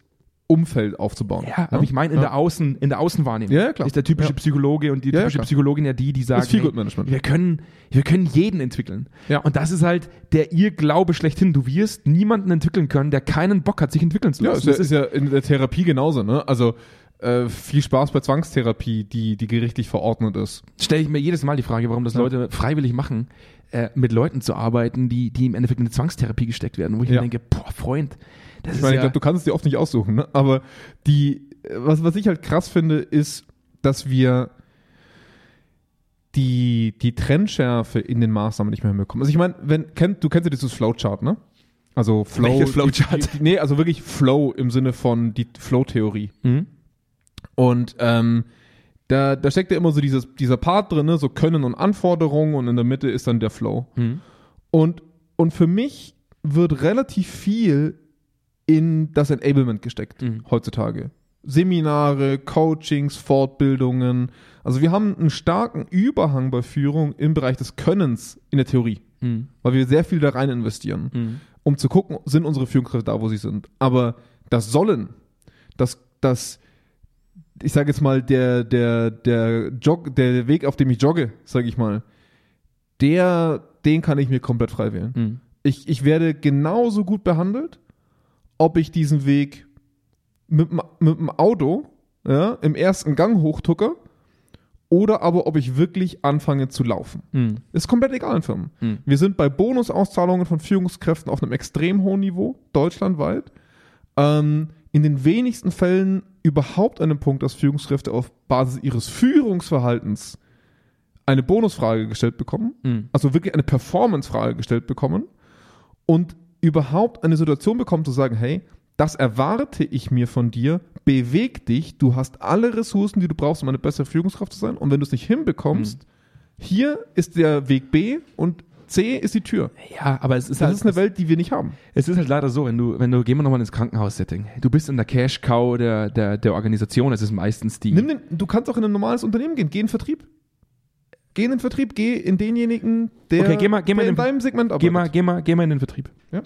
Speaker 2: Umfeld aufzubauen.
Speaker 1: ja, aber ich meine, in,
Speaker 2: Ja.
Speaker 1: der Außen, in der Außenwahrnehmung
Speaker 2: Ja, ja, klar.
Speaker 1: ist der typische
Speaker 2: Ja.
Speaker 1: Psychologe und die
Speaker 2: Ja, ja,
Speaker 1: typische
Speaker 2: klar.
Speaker 1: Psychologin ja die, die
Speaker 2: Das
Speaker 1: sagt,
Speaker 2: ist viel
Speaker 1: hey,
Speaker 2: gut Management.
Speaker 1: wir können, wir können jeden entwickeln.
Speaker 2: Ja.
Speaker 1: Und das ist halt der Irrglaube schlechthin. Du wirst niemanden entwickeln können, der keinen Bock hat, sich entwickeln zu
Speaker 2: Ja,
Speaker 1: lassen.
Speaker 2: ist ja, ist ja in der Therapie genauso, ne? Also äh, viel Spaß bei Zwangstherapie, die, die gerichtlich verordnet ist.
Speaker 1: stelle ich mir jedes Mal die Frage, warum das Leute freiwillig machen, äh, mit Leuten zu arbeiten, die, die im Endeffekt in eine Zwangstherapie gesteckt werden, wo ich
Speaker 2: Ja.
Speaker 1: mir denke, boah, Freund, das
Speaker 2: Ich
Speaker 1: ist
Speaker 2: meine, ich
Speaker 1: ja,
Speaker 2: glaube, du kannst es dir oft nicht aussuchen, ne? Aber die, äh, was, was ich halt krass finde, ist, dass wir die, die Trennschärfe in den Maßnahmen nicht mehr hinbekommen. Also ich meine, wenn, kennt, du kennst ja dieses Flowchart, ne? Also Flow.
Speaker 1: Welches Flowchart?
Speaker 2: Die, die, nee, also wirklich Flow im Sinne von die Flow-Theorie.
Speaker 1: Mhm.
Speaker 2: Und ähm, da, da steckt ja immer so dieses, dieser Part drin, ne? so Können und Anforderungen und in der Mitte ist dann der Flow.
Speaker 1: Mhm.
Speaker 2: Und, und für mich wird relativ viel in das Enablement gesteckt
Speaker 1: Mhm.
Speaker 2: heutzutage. Seminare, Coachings, Fortbildungen. Also wir haben einen starken Überhang bei Führung im Bereich des Könnens in der Theorie,
Speaker 1: Mhm.
Speaker 2: weil wir sehr viel da rein investieren
Speaker 1: Mhm.
Speaker 2: um zu gucken, sind unsere Führungskräfte da, wo sie sind. Aber das Sollen, das, das ich sage jetzt mal, der, der, der, Jog, der Weg, auf dem ich jogge, sage ich mal, der, den kann ich mir komplett frei wählen.
Speaker 1: Mhm.
Speaker 2: Ich, ich werde genauso gut behandelt, ob ich diesen Weg mit, dem- mit dem Auto ja, im ersten Gang hochtucke oder aber ob ich wirklich anfange zu laufen.
Speaker 1: Mhm.
Speaker 2: Ist komplett egal in Firmen.
Speaker 1: Mhm.
Speaker 2: Wir sind bei Bonusauszahlungen von Führungskräften auf einem extrem hohen Niveau, deutschlandweit. Ähm, in den wenigsten Fällen überhaupt an dem Punkt, dass Führungskräfte auf Basis ihres Führungsverhaltens eine Bonusfrage gestellt bekommen,
Speaker 1: Mhm.
Speaker 2: also wirklich eine Performancefrage gestellt bekommen und überhaupt eine Situation bekommen zu sagen, hey, das erwarte ich mir von dir, beweg dich, du hast alle Ressourcen, die du brauchst, um eine bessere Führungskraft zu sein und wenn du es nicht hinbekommst,
Speaker 1: Hm.
Speaker 2: hier ist der Weg B und C ist die Tür.
Speaker 1: Ja, aber es ist,
Speaker 2: Das
Speaker 1: halt,
Speaker 2: ist eine Welt, die wir nicht haben.
Speaker 1: es ist halt leider so, wenn du, wenn du, gehen wir nochmal ins Krankenhaus-Setting. Du bist in der Cash-Cow der, der, der Organisation, es ist meistens die.
Speaker 2: Nimm den, du kannst auch in ein normales Unternehmen gehen. Geh in den Vertrieb. Geh in den Vertrieb, geh in denjenigen, der,
Speaker 1: Okay, geh mal- geh mal
Speaker 2: der
Speaker 1: in
Speaker 2: in
Speaker 1: den-
Speaker 2: deinem Segment
Speaker 1: geh, mal, geh, mal, geh mal in den Vertrieb.
Speaker 2: Ja.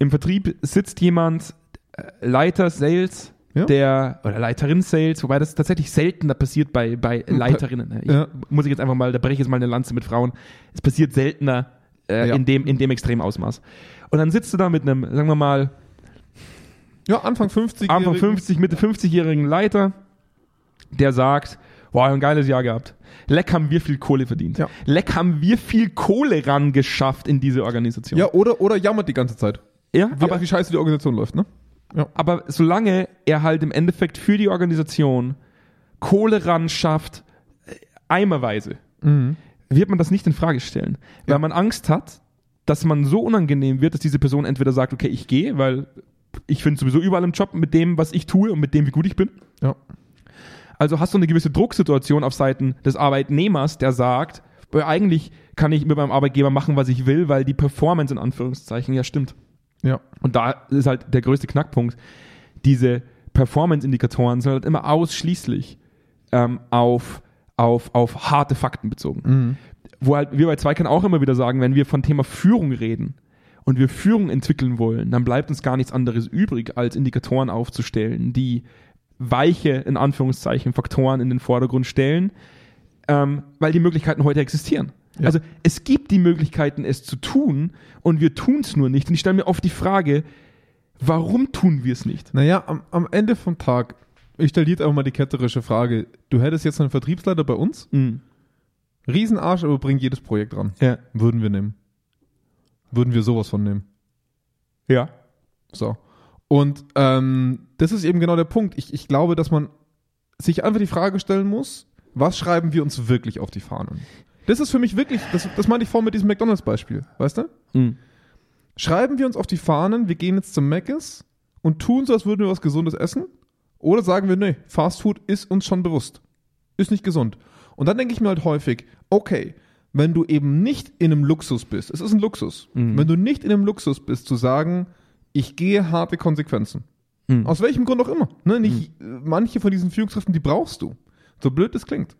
Speaker 1: Im Vertrieb sitzt jemand, äh, Leiter Sales,
Speaker 2: Ja.
Speaker 1: der oder Leiterin Sales, wobei das tatsächlich seltener passiert bei, bei Leiterinnen. ne? Ich,
Speaker 2: Hm, Ja.
Speaker 1: Muss ich jetzt einfach mal, da breche ich jetzt mal eine Lanze mit Frauen. Es passiert seltener äh,
Speaker 2: Ja.
Speaker 1: in, dem, in dem extremen Ausmaß. Und dann sitzt du da mit einem, sagen wir mal,
Speaker 2: Ja, Anfang 50.
Speaker 1: Anfang 50, Mitte 50-jährigen Leiter, der sagt, wow, ein geiles Jahr gehabt. Leck haben wir viel Kohle verdient.
Speaker 2: Ja.
Speaker 1: Leck haben wir viel Kohle rangeschafft in diese Organisation.
Speaker 2: Ja, oder, oder jammert die ganze Zeit.
Speaker 1: ja
Speaker 2: Wie,
Speaker 1: aber
Speaker 2: wie scheiße die Organisation läuft, ne?
Speaker 1: Aber solange er halt im Endeffekt für die Organisation Kohle ran schafft, äh, eimerweise,
Speaker 2: Mhm.
Speaker 1: wird man das nicht in Frage stellen. Weil
Speaker 2: Ja.
Speaker 1: man Angst hat, dass man so unangenehm wird, dass diese Person entweder sagt, okay, ich gehe, weil ich finde sowieso überall im Job mit dem, was ich tue und mit dem, wie gut ich bin.
Speaker 2: Ja.
Speaker 1: Also hast du eine gewisse Drucksituation auf Seiten des Arbeitnehmers, der sagt, "Boah, eigentlich kann ich mit meinem Arbeitgeber machen, was ich will, weil die Performance in Anführungszeichen ja stimmt.
Speaker 2: Ja.
Speaker 1: Und da ist halt der größte Knackpunkt. Diese Performance-Indikatoren sind halt immer ausschließlich ähm, auf, auf, auf harte Fakten bezogen. Wo halt wir bei Zweikern auch immer wieder sagen, wenn wir von Thema Führung reden und wir Führung entwickeln wollen, dann bleibt uns gar nichts anderes übrig, als Indikatoren aufzustellen, die weiche, in Anführungszeichen, Faktoren in den Vordergrund stellen, ähm, weil die Möglichkeiten heute existieren.
Speaker 2: Ja.
Speaker 1: Also es gibt die Möglichkeiten, es zu tun und wir tun es nur nicht. Und ich stelle mir oft die Frage, warum tun wir es nicht?
Speaker 2: Naja, am, am Ende vom Tag, ich stelle dir jetzt einfach mal die ketterische Frage. Du hättest jetzt einen Vertriebsleiter bei uns, Riesenarsch, aber bringt jedes Projekt ran.
Speaker 1: Ja.
Speaker 2: Würden wir nehmen. Würden wir sowas von nehmen.
Speaker 1: Ja.
Speaker 2: So. Und ähm, das ist eben genau der Punkt. Ich, ich glaube, dass man sich einfach die Frage stellen muss, was schreiben wir uns wirklich auf die Fahnen? Das ist für mich wirklich, das, das meinte ich vorhin mit diesem McDonalds-Beispiel, weißt du? Schreiben wir uns auf die Fahnen, wir gehen jetzt zum Mc's und tun so, als würden wir was Gesundes essen? Oder sagen wir, nee, Fast Food ist uns schon bewusst. Ist nicht gesund. Und dann denke ich mir halt häufig, okay, wenn du eben nicht in einem Luxus bist, es ist ein Luxus,
Speaker 1: Mhm.
Speaker 2: wenn du nicht in einem Luxus bist, zu sagen, ich gehe harte Konsequenzen.
Speaker 1: Mhm.
Speaker 2: Aus welchem Grund auch immer. Ne? Nicht, Manche von diesen Führungskräften, die brauchst du. So blöd das klingt.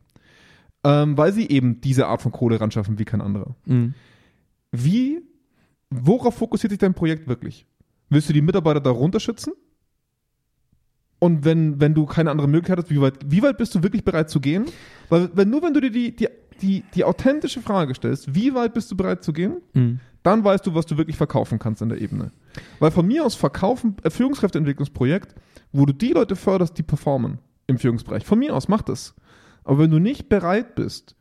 Speaker 2: Ähm, weil sie eben diese Art von Kohle ran schaffen wie kein anderer. Wie, worauf fokussiert sich dein Projekt wirklich? Willst du die Mitarbeiter darunter schützen? Und wenn, wenn du keine andere Möglichkeit hast, wie weit, wie weit bist du wirklich bereit zu gehen? Weil wenn, nur wenn du dir die, die, die, die authentische Frage stellst, wie weit bist du bereit zu gehen, dann weißt du, was du wirklich verkaufen kannst in der Ebene. Weil von mir aus verkaufen äh, Führungskräfteentwicklungsprojekt, wo du die Leute förderst, die performen im Führungsbereich. Von mir aus mach das. Aber wenn du nicht bereit bist,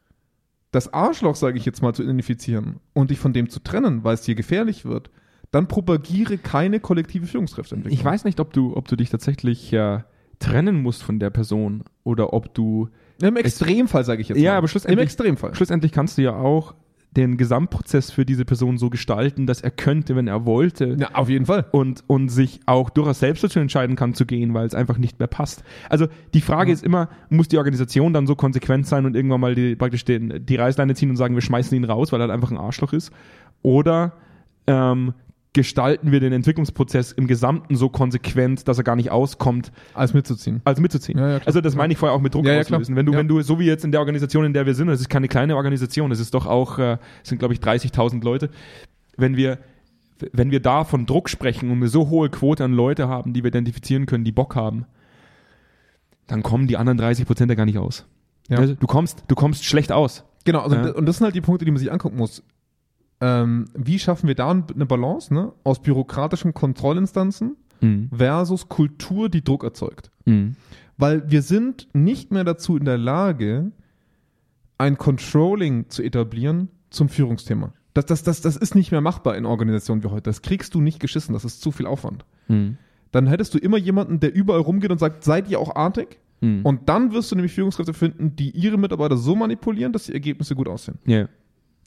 Speaker 2: das Arschloch, sage ich jetzt mal, zu identifizieren und dich von dem zu trennen, weil es dir gefährlich wird, dann propagiere keine kollektive Führungskräfteentwicklung.
Speaker 1: Ich weiß nicht, ob du, ob du dich tatsächlich äh, trennen musst von der Person oder ob du
Speaker 2: Im Extremfall, sage ich jetzt
Speaker 1: Ja,
Speaker 2: mal.
Speaker 1: aber schlussendlich-
Speaker 2: Im Extremfall.
Speaker 1: Schlussendlich kannst du ja auch den Gesamtprozess für diese Person so gestalten, dass er könnte, wenn er wollte.
Speaker 2: Ja, auf jeden Fall.
Speaker 1: Und, und sich auch durchaus selbst dazu entscheiden kann, zu gehen, weil es einfach nicht mehr passt. Also die Frage ist immer, muss die Organisation dann so konsequent sein und irgendwann mal die, praktisch den, die Reißleine ziehen und sagen, wir schmeißen ihn raus, weil er halt einfach ein Arschloch ist? Oder ähm, gestalten wir den Entwicklungsprozess im Gesamten so konsequent, dass er gar nicht auskommt,
Speaker 2: Alles mitzuziehen.
Speaker 1: also mitzuziehen.
Speaker 2: Ja, ja, klar.
Speaker 1: also das meine ich vorher auch mit Druck
Speaker 2: Ja, ja,
Speaker 1: auslösen.
Speaker 2: klar.
Speaker 1: wenn du,
Speaker 2: Ja.
Speaker 1: wenn du, so wie jetzt in der Organisation, in der wir sind, und es ist keine kleine Organisation, es ist doch auch, äh, es sind glaube ich 30.000 Leute, wenn wir, wenn wir da von Druck sprechen und eine so hohe Quote an Leute haben, die wir identifizieren können, die Bock haben, dann kommen die anderen 30 Prozent da gar nicht aus.
Speaker 2: Ja.
Speaker 1: Also du kommst, du kommst schlecht aus.
Speaker 2: Genau, also,
Speaker 1: Ja.
Speaker 2: und das sind halt die Punkte, die man sich angucken muss. Ähm, wie schaffen wir da eine Balance ne? aus bürokratischen Kontrollinstanzen
Speaker 1: Mm.
Speaker 2: versus Kultur, die Druck erzeugt? Weil wir sind nicht mehr dazu in der Lage, ein Controlling zu etablieren zum Führungsthema. Das, das, das, das ist nicht mehr machbar in Organisationen wie heute. Das kriegst du nicht geschissen, das ist zu viel Aufwand.
Speaker 1: Mm.
Speaker 2: Dann hättest du immer jemanden, der überall rumgeht und sagt, seid ihr auch artig?
Speaker 1: Und
Speaker 2: Und dann wirst du nämlich Führungskräfte finden, die ihre Mitarbeiter so manipulieren, dass die Ergebnisse gut aussehen.
Speaker 1: ja.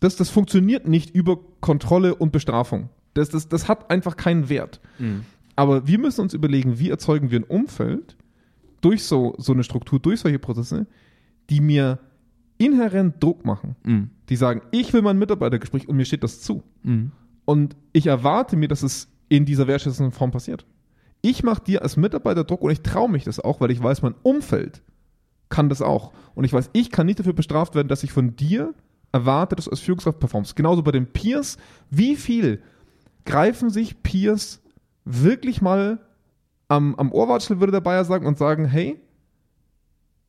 Speaker 2: Das, das
Speaker 1: Mm.
Speaker 2: funktioniert nicht über Kontrolle und Bestrafung. Das, das, das hat einfach keinen Wert. Aber wir müssen uns überlegen, wie erzeugen wir ein Umfeld durch so, so eine Struktur, durch solche Prozesse, die mir inhärent Druck machen.
Speaker 1: Mhm.
Speaker 2: Die sagen, ich will mein Mitarbeitergespräch und mir steht das zu.
Speaker 1: Mhm.
Speaker 2: Und ich erwarte mir, dass es in dieser wertschätzenden Form passiert. Ich mache dir als Mitarbeiter Druck und ich traue mich das auch, weil ich weiß, mein Umfeld kann das auch. Und ich weiß, ich kann nicht dafür bestraft werden, dass ich von dir erwarte, dass du als Führungskraft performst. Genauso bei den Peers. Wie viel greifen sich Peers wirklich mal am, am Ohrwatschel, würde der Bayer sagen, und sagen, hey,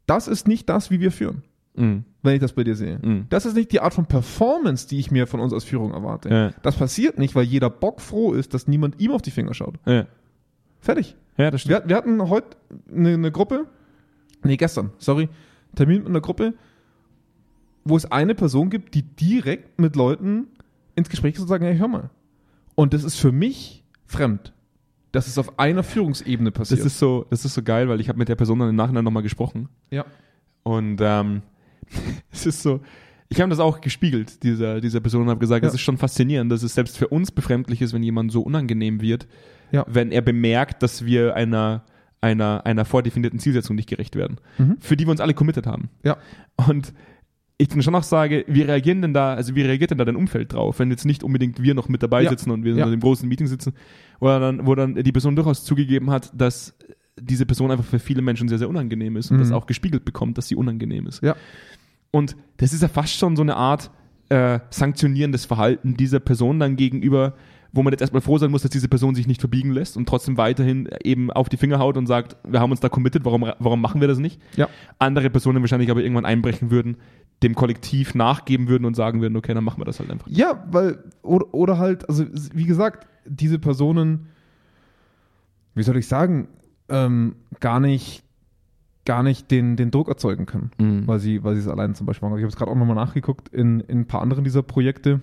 Speaker 2: das ist nicht das, wie wir führen,
Speaker 1: Mhm.
Speaker 2: wenn ich das bei dir sehe.
Speaker 1: Mhm.
Speaker 2: Das ist nicht die Art von Performance, die ich mir von uns als Führung erwarte.
Speaker 1: Ja.
Speaker 2: Das passiert nicht, weil jeder Bock froh ist, dass niemand ihm auf die Finger schaut.
Speaker 1: Ja.
Speaker 2: Fertig.
Speaker 1: ja, das stimmt.
Speaker 2: Wir, wir hatten heute eine, eine Gruppe, nee, gestern, sorry, Termin mit einer Gruppe, wo es eine Person gibt, die direkt mit Leuten ins Gespräch ist und sagen, hey, hör mal. Und das ist für mich fremd, dass es auf einer Führungsebene
Speaker 1: Das
Speaker 2: passiert.
Speaker 1: ist so, das ist so geil, weil ich habe mit der Person dann im Nachhinein nochmal gesprochen.
Speaker 2: ja.
Speaker 1: Und ähm, es ist so, ich habe das auch gespiegelt, dieser, dieser Person, und habe gesagt,
Speaker 2: Ja.
Speaker 1: es ist schon faszinierend, dass es selbst für uns befremdlich ist, wenn jemand so unangenehm wird,
Speaker 2: Ja.
Speaker 1: wenn er bemerkt, dass wir einer, einer, einer vordefinierten Zielsetzung nicht gerecht werden,
Speaker 2: Mhm.
Speaker 1: für die wir uns alle committed haben.
Speaker 2: Ja.
Speaker 1: Und ich dann schon auch sage, wie reagieren denn da, also wie reagiert denn da dein Umfeld drauf, wenn jetzt nicht unbedingt wir noch mit dabei
Speaker 2: Ja.
Speaker 1: sitzen und wir
Speaker 2: Ja.
Speaker 1: in dem großen Meeting sitzen, oder dann, wo dann die Person durchaus zugegeben hat, dass diese Person einfach für viele Menschen sehr, sehr unangenehm ist und
Speaker 2: Mhm.
Speaker 1: das auch gespiegelt bekommt, dass sie unangenehm ist.
Speaker 2: Ja.
Speaker 1: Und das ist ja fast schon so eine Art äh, sanktionierendes Verhalten dieser Person dann gegenüber, wo man jetzt erstmal froh sein muss, dass diese Person sich nicht verbiegen lässt und trotzdem weiterhin eben auf die Finger haut und sagt, wir haben uns da committed, warum, warum machen wir das nicht?
Speaker 2: Ja.
Speaker 1: Andere Personen wahrscheinlich aber irgendwann einbrechen würden, dem Kollektiv nachgeben würden und sagen würden, okay, dann machen wir das halt einfach.
Speaker 2: Ja, weil, oder, oder halt, also wie gesagt, diese Personen, wie soll ich sagen, ähm, gar nicht, gar nicht den, den Druck erzeugen können,
Speaker 1: Mhm.
Speaker 2: weil sie, weil sie es allein zum Beispiel machen. Ich habe es gerade auch nochmal nachgeguckt in, in ein paar anderen dieser Projekte,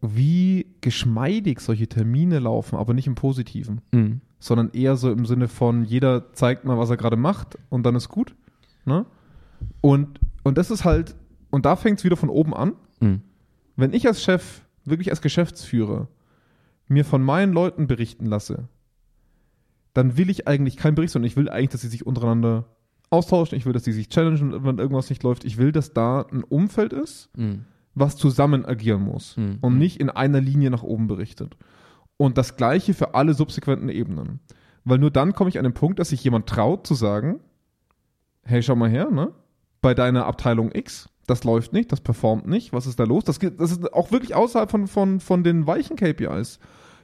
Speaker 2: wie geschmeidig solche Termine laufen, aber nicht im Positiven,
Speaker 1: Mhm.
Speaker 2: sondern eher so im Sinne von, jeder zeigt mal, was er gerade macht und dann ist gut. Ne? Und, und das ist halt, und da fängt es wieder von oben an
Speaker 1: Mhm.
Speaker 2: wenn ich als Chef, wirklich als Geschäftsführer, mir von meinen Leuten berichten lasse, dann will ich eigentlich keinen Bericht, sondern ich will eigentlich, dass sie sich untereinander austauschen, ich will, dass sie sich challengen, wenn irgendwas nicht läuft. Ich will, dass da ein Umfeld ist,
Speaker 1: Mhm.
Speaker 2: was zusammen agieren muss
Speaker 1: Mhm.
Speaker 2: und nicht in einer Linie nach oben berichtet. Und das Gleiche für alle subsequenten Ebenen. Weil nur dann komme ich an den Punkt, dass sich jemand traut zu sagen, hey, schau mal her, ne? Bei deiner Abteilung X, das läuft nicht, das performt nicht, was ist da los? Das, geht- das ist auch wirklich außerhalb von, von, von den weichen KPIs.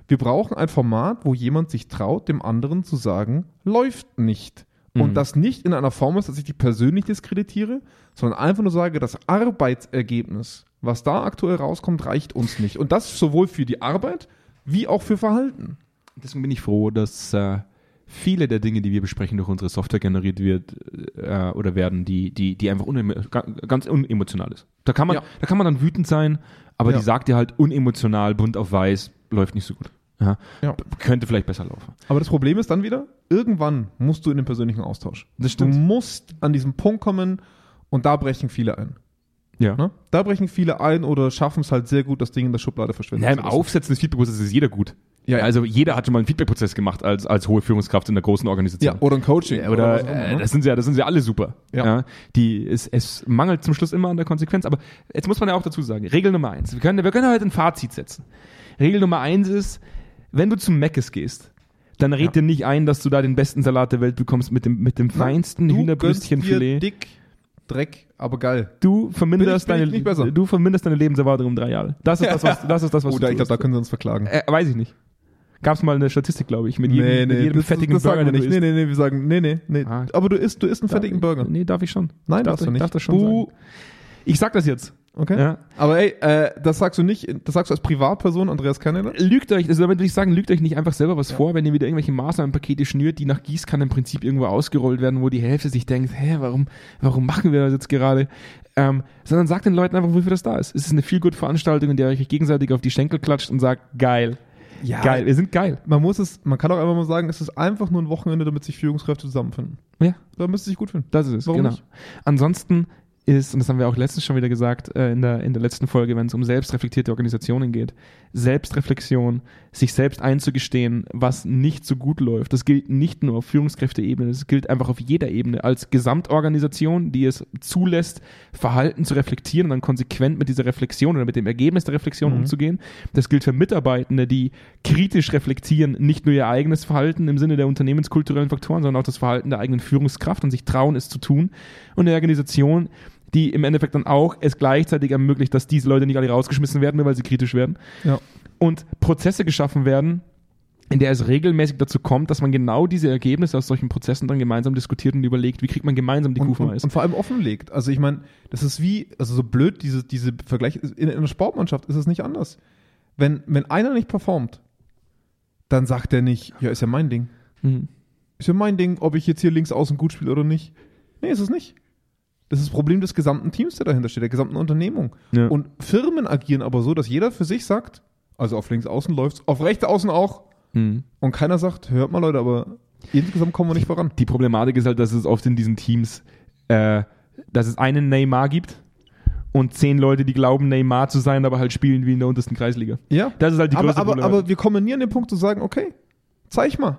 Speaker 2: Wir brauchen ein Format, wo jemand sich traut, dem anderen zu sagen, läuft nicht.
Speaker 1: Mhm.
Speaker 2: Und das nicht in einer Form ist, dass ich die persönlich diskreditiere, sondern einfach nur sage, das Arbeitsergebnis, was da aktuell rauskommt, reicht uns nicht. Und das sowohl für die Arbeit wie auch für Verhalten.
Speaker 1: Deswegen bin ich froh, dass äh, viele der Dinge, die wir besprechen, durch unsere Software generiert wird äh, oder werden, die, die, die einfach unemo ga- ganz unemotional ist. Da kann, man,
Speaker 2: Ja.
Speaker 1: da kann man dann wütend sein, aber
Speaker 2: Ja.
Speaker 1: die sagt dir halt unemotional, bunt auf weiß, läuft nicht so gut. Ja.
Speaker 2: Ja.
Speaker 1: Könnte vielleicht besser laufen.
Speaker 2: Aber das Problem ist dann wieder, irgendwann musst du in den persönlichen Austausch.
Speaker 1: Das
Speaker 2: Du musst an diesen Punkt kommen und da brechen viele ein.
Speaker 1: Ja.
Speaker 2: Ne? Da brechen viele ein oder schaffen es halt sehr gut, das Ding in der Schublade verschwinden
Speaker 1: Ja, Im
Speaker 2: zu lassen.
Speaker 1: Aufsetzen des Feedback-Prozesses ist jeder gut.
Speaker 2: Ja, ja.
Speaker 1: Also jeder hat schon mal einen Feedback-Prozess gemacht als, als hohe Führungskraft in der großen Organisation.
Speaker 2: Ja, oder ein Coaching.
Speaker 1: Ja, oder,
Speaker 2: was auch immer,
Speaker 1: äh,
Speaker 2: ne?
Speaker 1: das sind sie ja, das sind sie alle super. Ja.
Speaker 2: Ja.
Speaker 1: die es, es mangelt zum Schluss immer an der Konsequenz. Aber jetzt muss man ja auch dazu sagen: Regel Nummer eins. Wir können, wir können heute ein Fazit setzen. Regel Nummer eins ist, wenn du zum Meckes gehst, dann red dir nicht ein, dass du da den besten Salat der Welt bekommst mit dem, mit dem feinsten
Speaker 2: Du
Speaker 1: Hühnerbrüstchenfilet.
Speaker 2: gönnst dir dick, Dreck, aber geil.
Speaker 1: Du verminderst,
Speaker 2: Bin ich- bin ich nicht besser?
Speaker 1: deine, du verminderst deine Lebenserwartung um drei Jahre. Das ist das, was, das ist das, was
Speaker 2: Oder ich
Speaker 1: tust.
Speaker 2: glaube, da können sie uns verklagen.
Speaker 1: äh, Weiß ich nicht. Gab es mal eine Statistik, glaube ich, mit jedem, mit jedem
Speaker 2: das,
Speaker 1: fettigen
Speaker 2: das sagen
Speaker 1: Burger,
Speaker 2: wir
Speaker 1: den
Speaker 2: nicht.
Speaker 1: du
Speaker 2: Nee,
Speaker 1: isst.
Speaker 2: nee, nee, wir sagen, nee, nee, nee.
Speaker 1: Ah.
Speaker 2: Aber du isst, du isst einen fettigen Burger.
Speaker 1: Nee, darf ich schon. darf
Speaker 2: Nein, darfst
Speaker 1: ich-
Speaker 2: du nicht.
Speaker 1: darf das schon
Speaker 2: Buh.
Speaker 1: sagen. Ich sag das jetzt.
Speaker 2: Okay.
Speaker 1: Ja.
Speaker 2: Aber ey, äh, das sagst du nicht, das sagst du als Privatperson, Andreas Kennedy?
Speaker 1: lügt euch, also damit will ich sagen, lügt euch nicht einfach selber was vor, wenn ihr wieder irgendwelche Maßnahmenpakete schnürt, die nach Gießkanne im Prinzip irgendwo ausgerollt werden, wo die Hälfte sich denkt, hä, warum, warum machen wir das jetzt gerade? Ähm, sondern sagt den Leuten einfach, wofür das da ist. Es ist eine viel gute Veranstaltung, in der ihr euch gegenseitig auf die Schenkel klatscht und sagt, geil,
Speaker 2: Ja.
Speaker 1: geil, wir sind geil.
Speaker 2: Man muss es, man kann auch einfach mal sagen, es ist einfach nur ein Wochenende, damit sich Führungskräfte zusammenfinden.
Speaker 1: Ja,
Speaker 2: Da müsst ihr sich gut finden.
Speaker 1: das ist es,
Speaker 2: Warum
Speaker 1: genau.
Speaker 2: nicht?
Speaker 1: Ansonsten ist, und das haben wir auch letztens schon wieder gesagt, äh, in, der, in der letzten Folge, wenn es um selbstreflektierte Organisationen geht, Selbstreflexion, sich selbst einzugestehen, was nicht so gut läuft. Das gilt nicht nur auf Führungskräfteebene, das gilt einfach auf jeder Ebene als Gesamtorganisation, die es zulässt, Verhalten zu reflektieren und dann konsequent mit dieser Reflexion oder mit dem Ergebnis der Reflexion
Speaker 2: Mhm.
Speaker 1: umzugehen. Das gilt für Mitarbeitende, die kritisch reflektieren, nicht nur ihr eigenes Verhalten im Sinne der unternehmenskulturellen Faktoren, sondern auch das Verhalten der eigenen Führungskraft und sich trauen, es zu tun. Und eine Organisation, die im Endeffekt dann auch es gleichzeitig ermöglicht, dass diese Leute nicht alle rausgeschmissen werden, nur weil sie kritisch werden.
Speaker 2: Ja.
Speaker 1: Und Prozesse geschaffen werden, in der es regelmäßig dazu kommt, dass man genau diese Ergebnisse aus solchen Prozessen dann gemeinsam diskutiert und überlegt, wie kriegt man gemeinsam die
Speaker 2: und,
Speaker 1: Kufen
Speaker 2: und, und vor allem offenlegt. Also ich meine, das ist wie, also so blöd, diese, diese Vergleich, in, in einer Sportmannschaft ist es nicht anders. Wenn, wenn einer nicht performt, dann sagt er nicht, ja, ist ja mein Ding.
Speaker 1: Mhm.
Speaker 2: Ist ja mein Ding, ob ich jetzt hier links außen gut spiele oder nicht. Nee, ist es nicht. Das ist das Problem des gesamten Teams, der dahinter steht, der gesamten Unternehmung.
Speaker 1: Ja.
Speaker 2: Und Firmen agieren aber so, dass jeder für sich sagt, also auf links außen läuft's, auf rechts außen auch.
Speaker 1: Mhm.
Speaker 2: Und keiner sagt, hört mal Leute, aber insgesamt kommen wir nicht voran.
Speaker 1: Die Problematik ist halt, dass es oft in diesen Teams, äh, dass es einen Neymar gibt und zehn Leute, die glauben, Neymar zu sein, aber halt spielen wie in der untersten Kreisliga.
Speaker 2: Ja.
Speaker 1: Das ist halt die
Speaker 2: aber,
Speaker 1: größte
Speaker 2: aber,
Speaker 1: Problematik.
Speaker 2: aber wir kommen nie an den Punkt zu sagen, okay, zeig mal.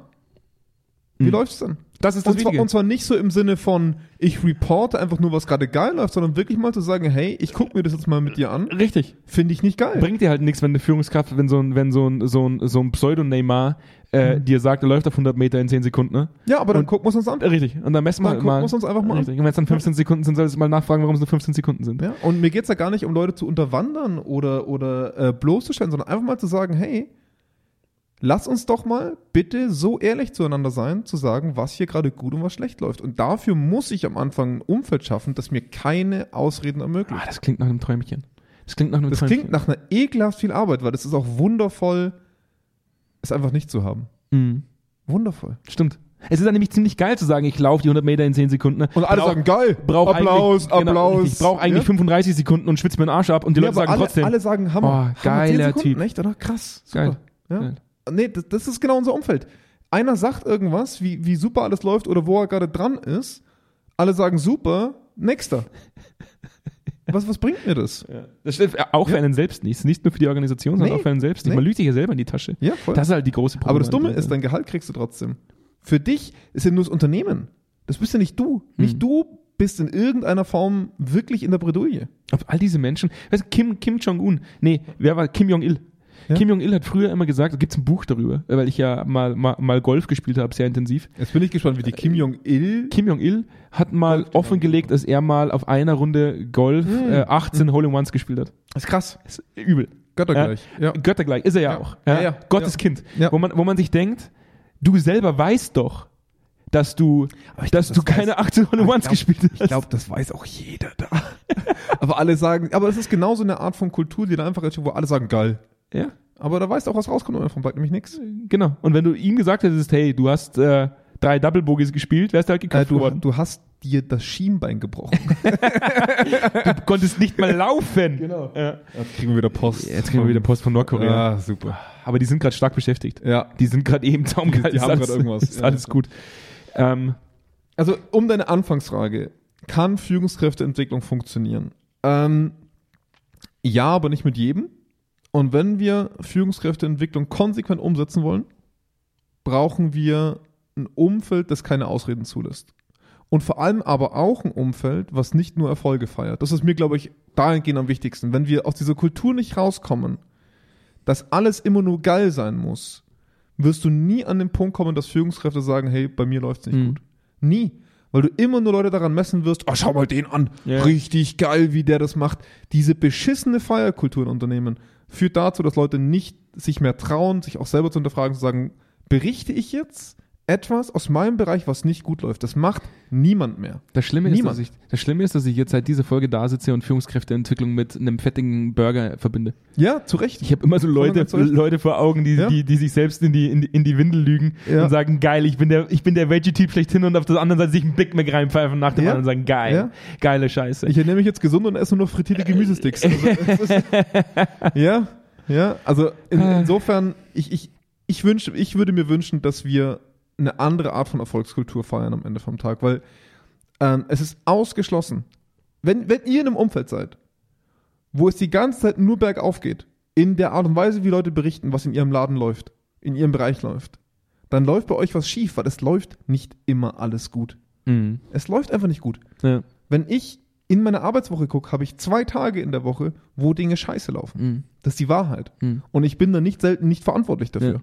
Speaker 2: Wie läuft's denn?
Speaker 1: das Hm. ist das
Speaker 2: Und zwar,
Speaker 1: Wichtige.
Speaker 2: und zwar nicht so im Sinne von, ich reporte einfach nur, was gerade geil läuft, sondern wirklich mal zu sagen, hey, ich guck mir das jetzt mal mit dir an,
Speaker 1: Richtig.
Speaker 2: finde ich nicht geil.
Speaker 1: Bringt dir halt nichts, wenn eine Führungskraft, wenn so ein, wenn so ein, so ein, so ein Pseudo-Neymar äh,
Speaker 2: Mhm.
Speaker 1: dir sagt, er läuft auf 100 Meter in 10 Sekunden, ne?
Speaker 2: Ja, aber dann
Speaker 1: Und-
Speaker 2: gucken wir uns an.
Speaker 1: Richtig. Und dann messen wir
Speaker 2: Dann
Speaker 1: halt
Speaker 2: gucken
Speaker 1: mal.
Speaker 2: wir uns einfach mal an.
Speaker 1: Richtig. Und wenn es dann 15 Sekunden sind, solltest du mal nachfragen, warum es nur 15 Sekunden sind.
Speaker 2: Ja, und mir geht's ja gar nicht um Leute zu unterwandern oder, oder äh, bloßzustellen, sondern einfach mal zu sagen, hey, lass uns doch mal bitte so ehrlich zueinander sein, zu sagen, was hier gerade gut und was schlecht läuft. Und dafür muss ich am Anfang ein Umfeld schaffen, das mir keine Ausreden ermöglicht.
Speaker 1: Ah, das klingt nach einem Träumchen. Das klingt nach einem
Speaker 2: Das
Speaker 1: Träumchen.
Speaker 2: klingt nach einer ekelhaft viel Arbeit, weil das ist auch wundervoll, es einfach nicht zu haben.
Speaker 1: Mhm.
Speaker 2: Wundervoll.
Speaker 1: Stimmt. Es ist dann nämlich ziemlich geil zu sagen, ich laufe die 100 Meter in 10 Sekunden. ne?
Speaker 2: Und alle sagen, geil,
Speaker 1: brauch
Speaker 2: Applaus,
Speaker 1: eigentlich,
Speaker 2: Applaus.
Speaker 1: Genau, ich brauche eigentlich
Speaker 2: ja?
Speaker 1: 35 Sekunden und schwitze mir den Arsch ab und die
Speaker 2: Ja,
Speaker 1: Leute
Speaker 2: aber
Speaker 1: sagen
Speaker 2: alle,
Speaker 1: trotzdem.
Speaker 2: Alle sagen Hammer.
Speaker 1: Oh,
Speaker 2: Hammer, 10
Speaker 1: geiler
Speaker 2: Sekunden,
Speaker 1: Typ.
Speaker 2: Echt, oder? Krass.
Speaker 1: Geil.
Speaker 2: Super. Ja.
Speaker 1: Geil.
Speaker 2: Nee, das, das ist genau unser Umfeld. Einer sagt irgendwas, wie, wie super alles läuft oder wo er gerade dran ist. Alle sagen super, nächster. Was, was bringt mir das?
Speaker 1: Ja. Das stimmt auch für einen selbst nicht. Ist Nicht nur für die Organisation, sondern
Speaker 2: Nee.
Speaker 1: auch für einen selbst nicht.
Speaker 2: Nee.
Speaker 1: Man lügt sich ja selber in die Tasche.
Speaker 2: Ja, voll.
Speaker 1: Das ist halt die große Problematik.
Speaker 2: Aber das Dumme ist, dein Gehalt kriegst du trotzdem. Für dich ist ja nur das Unternehmen. Das bist ja nicht du. Nicht du bist in irgendeiner Form wirklich in der Bredouille.
Speaker 1: Ob ne? all diese Menschen, weißt du, Kim, Kim Jong-un, nee, wer war Kim Jong-il?
Speaker 2: Ja.
Speaker 1: Kim Jong-il hat früher immer gesagt, da gibt es ein Buch darüber, weil ich ja mal, mal, mal Golf gespielt habe, sehr intensiv.
Speaker 2: Jetzt bin ich gespannt, wie die Kim Jong-il.
Speaker 1: Kim Jong-il hat mal offengelegt, dass er mal auf einer Runde Golf
Speaker 2: Hm.
Speaker 1: äh, 18 Hole-in-Ones gespielt hat.
Speaker 2: Ist krass.
Speaker 1: Ist übel.
Speaker 2: Göttergleich.
Speaker 1: Ja. Göttergleich, ist er ja,
Speaker 2: Ja.
Speaker 1: auch.
Speaker 2: Ja, ja.
Speaker 1: Gottes
Speaker 2: Ja.
Speaker 1: Kind.
Speaker 2: Ja.
Speaker 1: Wo, man, wo man sich denkt, du selber weißt doch, dass du,
Speaker 2: ich
Speaker 1: dass
Speaker 2: glaub,
Speaker 1: du
Speaker 2: das
Speaker 1: keine 18 Hole-in-Ones gespielt hast.
Speaker 2: Ich glaube, das weiß auch jeder da. aber alle sagen, aber es ist genau so eine Art von Kultur, die da einfach ist, wo alle sagen, geil.
Speaker 1: ja.
Speaker 2: Aber da weißt du auch, was rauskommt und davon bleibt nämlich nichts.
Speaker 1: Genau. Und wenn du ihm gesagt hättest, hey, du hast äh, drei Double Bogies gespielt, wärst du halt
Speaker 2: Äh,
Speaker 1: geköpft
Speaker 2: du,
Speaker 1: worden.
Speaker 2: du hast dir das Schienbein gebrochen.
Speaker 1: Du konntest nicht mal laufen.
Speaker 2: halt. Genau.
Speaker 1: Ja.
Speaker 2: Jetzt kriegen wir wieder Post.
Speaker 1: Jetzt kriegen wir wieder Post von Nordkorea.
Speaker 2: Ja, super.
Speaker 1: Aber die sind gerade stark beschäftigt.
Speaker 2: Ja.
Speaker 1: Die sind gerade eben Zaum
Speaker 2: Die- die
Speaker 1: gehalten. Ist
Speaker 2: haben
Speaker 1: alles-
Speaker 2: grad irgendwas.
Speaker 1: Ist
Speaker 2: Ja.
Speaker 1: alles gut. Ähm,
Speaker 2: Also, um deine Anfangsfrage. Kann Führungskräfteentwicklung funktionieren? Ähm, ja, aber nicht mit jedem. Und wenn wir Führungskräfteentwicklung konsequent umsetzen wollen, brauchen wir ein Umfeld, das keine Ausreden zulässt. Und vor allem aber auch ein Umfeld, was nicht nur Erfolge feiert. Das ist mir, glaube ich, dahingehend am wichtigsten. Wenn wir aus dieser Kultur nicht rauskommen, dass alles immer nur geil sein muss, wirst du nie an den Punkt kommen, dass Führungskräfte sagen, hey, bei mir läuft's nicht
Speaker 1: Mhm.
Speaker 2: gut. Nie. Weil du immer nur Leute daran messen wirst, oh, schau mal den an,
Speaker 1: Ja.
Speaker 2: richtig geil, wie der das macht. Diese beschissene Feierkultur in Unternehmen führt dazu, dass Leute nicht sich mehr trauen, sich auch selber zu hinterfragen, zu sagen, berichte ich jetzt etwas aus meinem Bereich, was nicht gut läuft? Das macht niemand mehr.
Speaker 1: das, Schlimme ist,
Speaker 2: Niemand.
Speaker 1: dass ich, das Schlimme ist, dass ich jetzt seit dieser Folge da sitze und Führungskräfteentwicklung mit einem fettigen Burger verbinde.
Speaker 2: Ja, zu Recht.
Speaker 1: Ich habe immer so Leute,
Speaker 2: ganz recht.
Speaker 1: Leute vor Augen, die,
Speaker 2: Ja.
Speaker 1: die, die sich selbst in die, in die, in die Windel lügen
Speaker 2: Ja.
Speaker 1: und sagen, geil, ich bin der, ich bin der Veggie-Typ schlechthin und auf der anderen Seite sich einen Big Mac reinpfeifen und nach dem
Speaker 2: Ja.
Speaker 1: anderen sagen, geil,
Speaker 2: Ja.
Speaker 1: geile Scheiße.
Speaker 2: Äh, Ich ernähre mich jetzt gesund und esse nur noch frittierte Gemüsesticks. Also, es ist, ja, ja. Also in, insofern, ich, ich, ich, wünsche, ich würde mir wünschen, dass wir eine andere Art von Erfolgskultur feiern am Ende vom Tag, weil ähm, es ist ausgeschlossen, wenn, wenn ihr in einem Umfeld seid, wo es die ganze Zeit nur bergauf geht, in der Art und Weise, wie Leute berichten, was in ihrem Laden läuft, in ihrem Bereich läuft, dann läuft bei euch was schief, weil es läuft nicht immer alles gut.
Speaker 1: Mhm.
Speaker 2: Es läuft einfach nicht gut.
Speaker 1: Ja.
Speaker 2: Wenn ich in meine Arbeitswoche gucke, habe ich zwei Tage in der Woche, wo Dinge scheiße laufen.
Speaker 1: Mhm.
Speaker 2: Das ist die Wahrheit.
Speaker 1: Mhm.
Speaker 2: Und ich bin da nicht selten nicht verantwortlich dafür.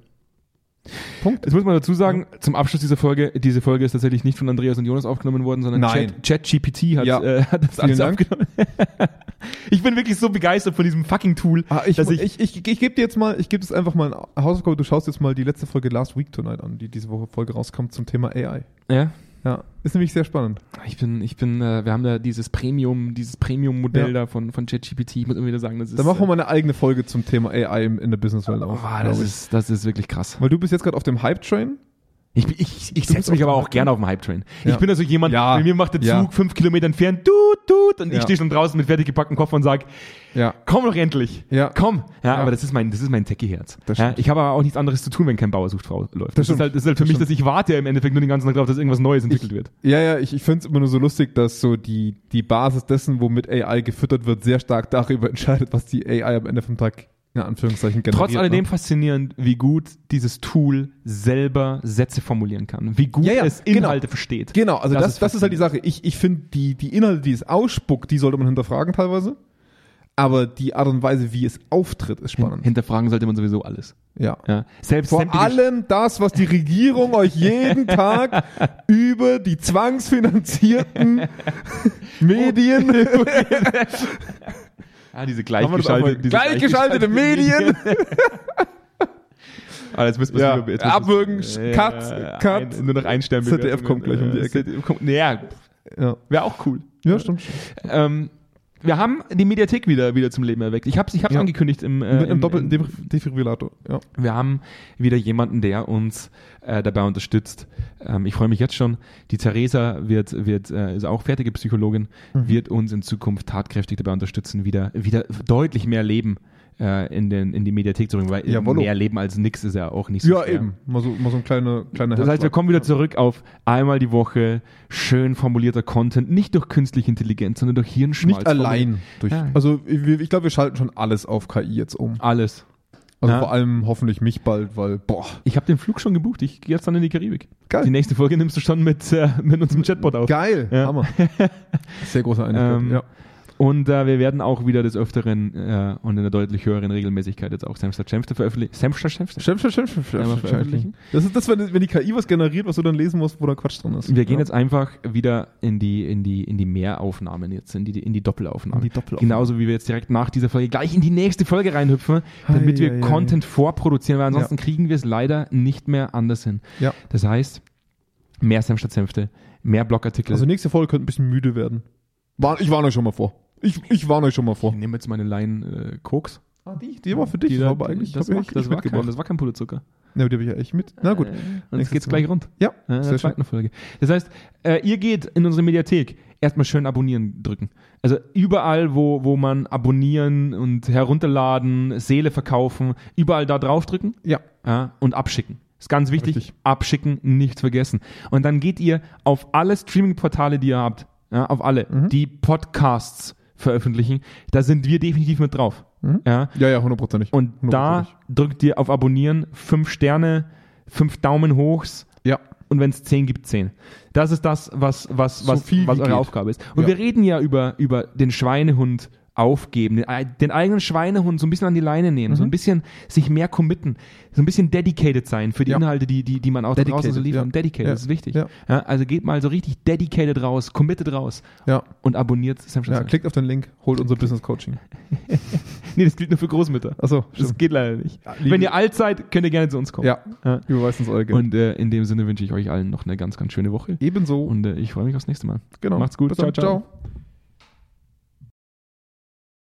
Speaker 2: Punkt.
Speaker 1: Jetzt muss man dazu sagen, zum Abschluss dieser Folge, diese Folge ist tatsächlich nicht von Andreas und Jonas aufgenommen worden, sondern
Speaker 2: Nein.
Speaker 1: Chat- ChatGPT hat,
Speaker 2: Ja.
Speaker 1: äh, hat das alles
Speaker 2: Vielen Dank.
Speaker 1: aufgenommen. ich bin wirklich so begeistert von diesem fucking Tool,
Speaker 2: Ah, ich
Speaker 1: dass ich,
Speaker 2: ich, ich, ich, gebe dir jetzt mal, ich gebe es einfach mal eine Hausaufgabe. Du schaust jetzt mal die letzte Folge Last Week Tonight an, die diese Woche Folge rauskommt zum Thema AI.
Speaker 1: ja,
Speaker 2: Ja, ist nämlich sehr spannend.
Speaker 1: ich bin, ich bin, äh, wir haben da dieses Premium, dieses Premium-Modell
Speaker 2: Ja.
Speaker 1: da von, von ChatGPT. Ich muss immer wieder sagen, das ist,
Speaker 2: Dann machen wir mal eine eigene Folge zum Thema AI im- in der Businesswelt
Speaker 1: äh,
Speaker 2: auf.
Speaker 1: oh,
Speaker 2: glaub
Speaker 1: das
Speaker 2: ich.
Speaker 1: ist, das ist wirklich krass.
Speaker 2: Weil du bist jetzt gerade auf dem Hype-Train.
Speaker 1: Ich, bin- ich, ich
Speaker 2: Du bist
Speaker 1: setze mich
Speaker 2: auf
Speaker 1: aber
Speaker 2: dem
Speaker 1: auch
Speaker 2: Hype-Train?
Speaker 1: gerne auf den Hype-Train.
Speaker 2: Ja.
Speaker 1: Ich bin also jemand,
Speaker 2: Ja.
Speaker 1: bei mir macht der Zug
Speaker 2: Ja.
Speaker 1: fünf Kilometer entfernt, tut, tut, und ich
Speaker 2: Ja.
Speaker 1: stehe schon draußen mit fertig gepacktem Kopf und sage,
Speaker 2: Ja.
Speaker 1: komm doch endlich.
Speaker 2: Ja.
Speaker 1: Komm. Ja,
Speaker 2: Ja.
Speaker 1: aber das ist mein, das ist mein Techie-Herz.
Speaker 2: Das
Speaker 1: Ja,
Speaker 2: stimmt.
Speaker 1: ich habe aber auch nichts anderes zu tun, wenn kein Bauer sucht Frau läuft. Das, ist
Speaker 2: stimmt.
Speaker 1: halt, das ist halt für
Speaker 2: Das
Speaker 1: mich, dass ich warte ja im Endeffekt nur den ganzen Tag drauf, dass irgendwas Neues entwickelt wird.
Speaker 2: Ja, ja, ich, ich finde es immer nur so lustig, dass so die, die Basis dessen, womit AI gefüttert wird, sehr stark darüber entscheidet, was die AI am Ende vom Tag in Anführungszeichen generiert.
Speaker 1: Trotz alledem
Speaker 2: Ne?
Speaker 1: faszinierend, wie gut dieses Tool selber Sätze formulieren kann. Wie gut
Speaker 2: Ja, ja,
Speaker 1: es
Speaker 2: genau.
Speaker 1: Inhalte versteht.
Speaker 2: Genau, also
Speaker 1: Das
Speaker 2: das, das,
Speaker 1: ist
Speaker 2: ist, halt die Sache. Ich, ich finde, die, die Inhalte, die es ausspuckt, die sollte man hinterfragen teilweise. Aber die Art und Weise, wie es auftritt, ist spannend.
Speaker 1: Hinterfragen sollte man sowieso alles.
Speaker 2: ja.
Speaker 1: Ja. Selbst
Speaker 2: Vor
Speaker 1: sämtliche-
Speaker 2: allem das, was die Regierung euch jeden Tag über die zwangsfinanzierten Medien
Speaker 1: Ah, diese
Speaker 2: Haben wir das auch mal-
Speaker 1: gleichgeschaltete, diese
Speaker 2: gleichgeschaltete Medien.
Speaker 1: ah, jetzt müssen wir
Speaker 2: Ja.
Speaker 1: lieber- jetzt müssen
Speaker 2: Abwürgen,
Speaker 1: wir's-
Speaker 2: Cut, Cut.
Speaker 1: Ein, nur noch ein Stern
Speaker 2: ZDF kommt gleich um die Ecke.
Speaker 1: ZDF kommt, naja,
Speaker 2: ja.
Speaker 1: wäre auch cool.
Speaker 2: ja, stimmt.
Speaker 1: Ähm, wir haben die Mediathek wieder, wieder zum Leben erweckt. Ich habe ich hab's
Speaker 2: Ja.
Speaker 1: angekündigt im, äh,
Speaker 2: Mit einem
Speaker 1: im,
Speaker 2: doppelten
Speaker 1: im,
Speaker 2: Defib- Defibrillator. Ja.
Speaker 1: Wir haben wieder jemanden, der uns äh, dabei unterstützt. Ähm, ich freue mich jetzt schon. Die Theresa wird, wird äh, ist auch fertige Psychologin,
Speaker 2: Mhm.
Speaker 1: wird uns in Zukunft tatkräftig dabei unterstützen, wieder, wieder deutlich mehr Leben äh, in, den, in die Mediathek zu bringen, weil
Speaker 2: Jawollo.
Speaker 1: mehr Leben als nix ist ja auch nicht so
Speaker 2: ja,
Speaker 1: schwer.
Speaker 2: eben. Mal so, mal so ein kleiner, kleiner
Speaker 1: Das heißt, wir
Speaker 2: Herzschlag.
Speaker 1: kommen wieder zurück auf einmal die Woche schön formulierter Content, nicht durch künstliche Intelligenz, sondern durch Hirnschmalz.
Speaker 2: Nicht allein durch.
Speaker 1: Ja.
Speaker 2: Also ich, ich glaube, wir schalten schon alles auf KI jetzt um.
Speaker 1: Alles.
Speaker 2: Also
Speaker 1: Ja.
Speaker 2: vor allem hoffentlich mich bald, weil boah,
Speaker 1: Ich habe den Flug schon gebucht. Ich gehe jetzt dann in die Karibik.
Speaker 2: Geil.
Speaker 1: Die nächste Folge nimmst du schon mit, äh, mit unserem Chatbot auf.
Speaker 2: geil,
Speaker 1: Ja.
Speaker 2: Hammer. Sehr großer Einigkeit.
Speaker 1: Ähm,
Speaker 2: ja.
Speaker 1: Und äh, wir werden auch wieder des Öfteren äh, und in einer deutlich höheren Regelmäßigkeit jetzt auch Samstag Schämpfte veröffentlichen. Samstag Schämpfte?
Speaker 2: Stimmt, stimmt, stimmt, stimmt,
Speaker 1: Ja, mal
Speaker 2: stimmt,
Speaker 1: veröffentlichen.
Speaker 2: stimmt. Das ist das, wenn, wenn die KI was generiert, was du dann lesen musst, wo da Quatsch drin ist.
Speaker 1: Wir gehen
Speaker 2: ja.
Speaker 1: jetzt einfach wieder in die, in die, in die Mehraufnahmen jetzt, in die, in die Doppelaufnahmen.
Speaker 2: In die Doppelaufnahmen.
Speaker 1: Genauso wie wir jetzt direkt nach dieser Folge gleich in die nächste Folge reinhüpfen, damit
Speaker 2: Ei,
Speaker 1: wir
Speaker 2: ei, ei.
Speaker 1: Content vorproduzieren, weil ansonsten kriegen wir es leider nicht mehr anders hin.
Speaker 2: Ja.
Speaker 1: Das heißt, mehr Sam statt Sänfte, mehr Blogartikel.
Speaker 2: Also nächste Folge könnte ein bisschen müde werden. War, ich warne euch schon mal vor. Ich, ich warne euch schon mal vor.
Speaker 1: ich nehme jetzt meine Line äh, Koks.
Speaker 2: Ah, die, die war für dich.
Speaker 1: Die
Speaker 2: Die
Speaker 1: da-
Speaker 2: war aber eigentlich,
Speaker 1: das,
Speaker 2: hab ich
Speaker 1: war,
Speaker 2: eigentlich
Speaker 1: das, war kein,
Speaker 2: mitgebracht.
Speaker 1: das war kein Puderzucker.
Speaker 2: Ne, die habe ich ja echt mit. Na gut.
Speaker 1: Äh, und jetzt
Speaker 2: Nächstes
Speaker 1: geht's
Speaker 2: Mal.
Speaker 1: gleich rund. Äh,
Speaker 2: Ja,
Speaker 1: in der
Speaker 2: sehr schön.
Speaker 1: zweiten Folge. Das heißt, äh, ihr geht in unsere Mediathek. Erstmal schön abonnieren drücken. Also überall, wo, wo man abonnieren und herunterladen, Seele verkaufen, überall da draufdrücken
Speaker 2: Ja.
Speaker 1: ja, und abschicken. Ist ganz wichtig.
Speaker 2: Richtig.
Speaker 1: Abschicken, nicht vergessen. Und dann geht ihr auf alle Streaming-Portale, die ihr habt, ja, auf alle, die Podcasts veröffentlichen. Da sind wir definitiv mit drauf. Ja,
Speaker 2: Ja, ja, hundertprozentig.
Speaker 1: und da
Speaker 2: Hundertprozentig.
Speaker 1: drückt ihr auf Abonnieren, fünf Sterne, fünf Daumen hochs
Speaker 2: Ja.
Speaker 1: und wenn es zehn gibt, zehn. Das ist das, was, was, was,
Speaker 2: viel
Speaker 1: was
Speaker 2: wie
Speaker 1: eure
Speaker 2: geht.
Speaker 1: Aufgabe ist. Und
Speaker 2: Ja.
Speaker 1: wir reden ja über, über den Schweinehund aufgeben, den, ei- den eigenen Schweinehund so ein bisschen an die Leine nehmen,
Speaker 2: Mhm.
Speaker 1: so ein bisschen sich mehr committen, so ein bisschen dedicated sein für die
Speaker 2: Ja.
Speaker 1: Inhalte, die, die, die man auch da draußen so
Speaker 2: Dedicated,
Speaker 1: liefert.
Speaker 2: ja.
Speaker 1: Dedicated,
Speaker 2: Ja.
Speaker 1: das ist wichtig. Ja.
Speaker 2: Ja.
Speaker 1: also geht mal so richtig dedicated raus, committed raus
Speaker 2: Ja.
Speaker 1: und abonniert Sam
Speaker 2: Ja,
Speaker 1: Schwarzer.
Speaker 2: klickt auf den Link, holt unser Business Coaching.
Speaker 1: Nee, das gilt nur für Großmütter.
Speaker 2: Achso,
Speaker 1: Das
Speaker 2: stimmt.
Speaker 1: geht leider nicht.
Speaker 2: Ja, liebe-
Speaker 1: Wenn ihr alt seid, könnt ihr gerne zu uns kommen.
Speaker 2: Ja, Genau.
Speaker 1: Ja.
Speaker 2: überweist uns euer Geld.
Speaker 1: Und äh, in dem Sinne wünsche ich euch allen noch eine ganz, ganz schöne Woche.
Speaker 2: ebenso.
Speaker 1: Und äh, ich freue mich aufs nächste Mal.
Speaker 2: genau.
Speaker 1: Macht's gut.
Speaker 2: Bis dann.
Speaker 1: ciao. ciao.
Speaker 2: ciao.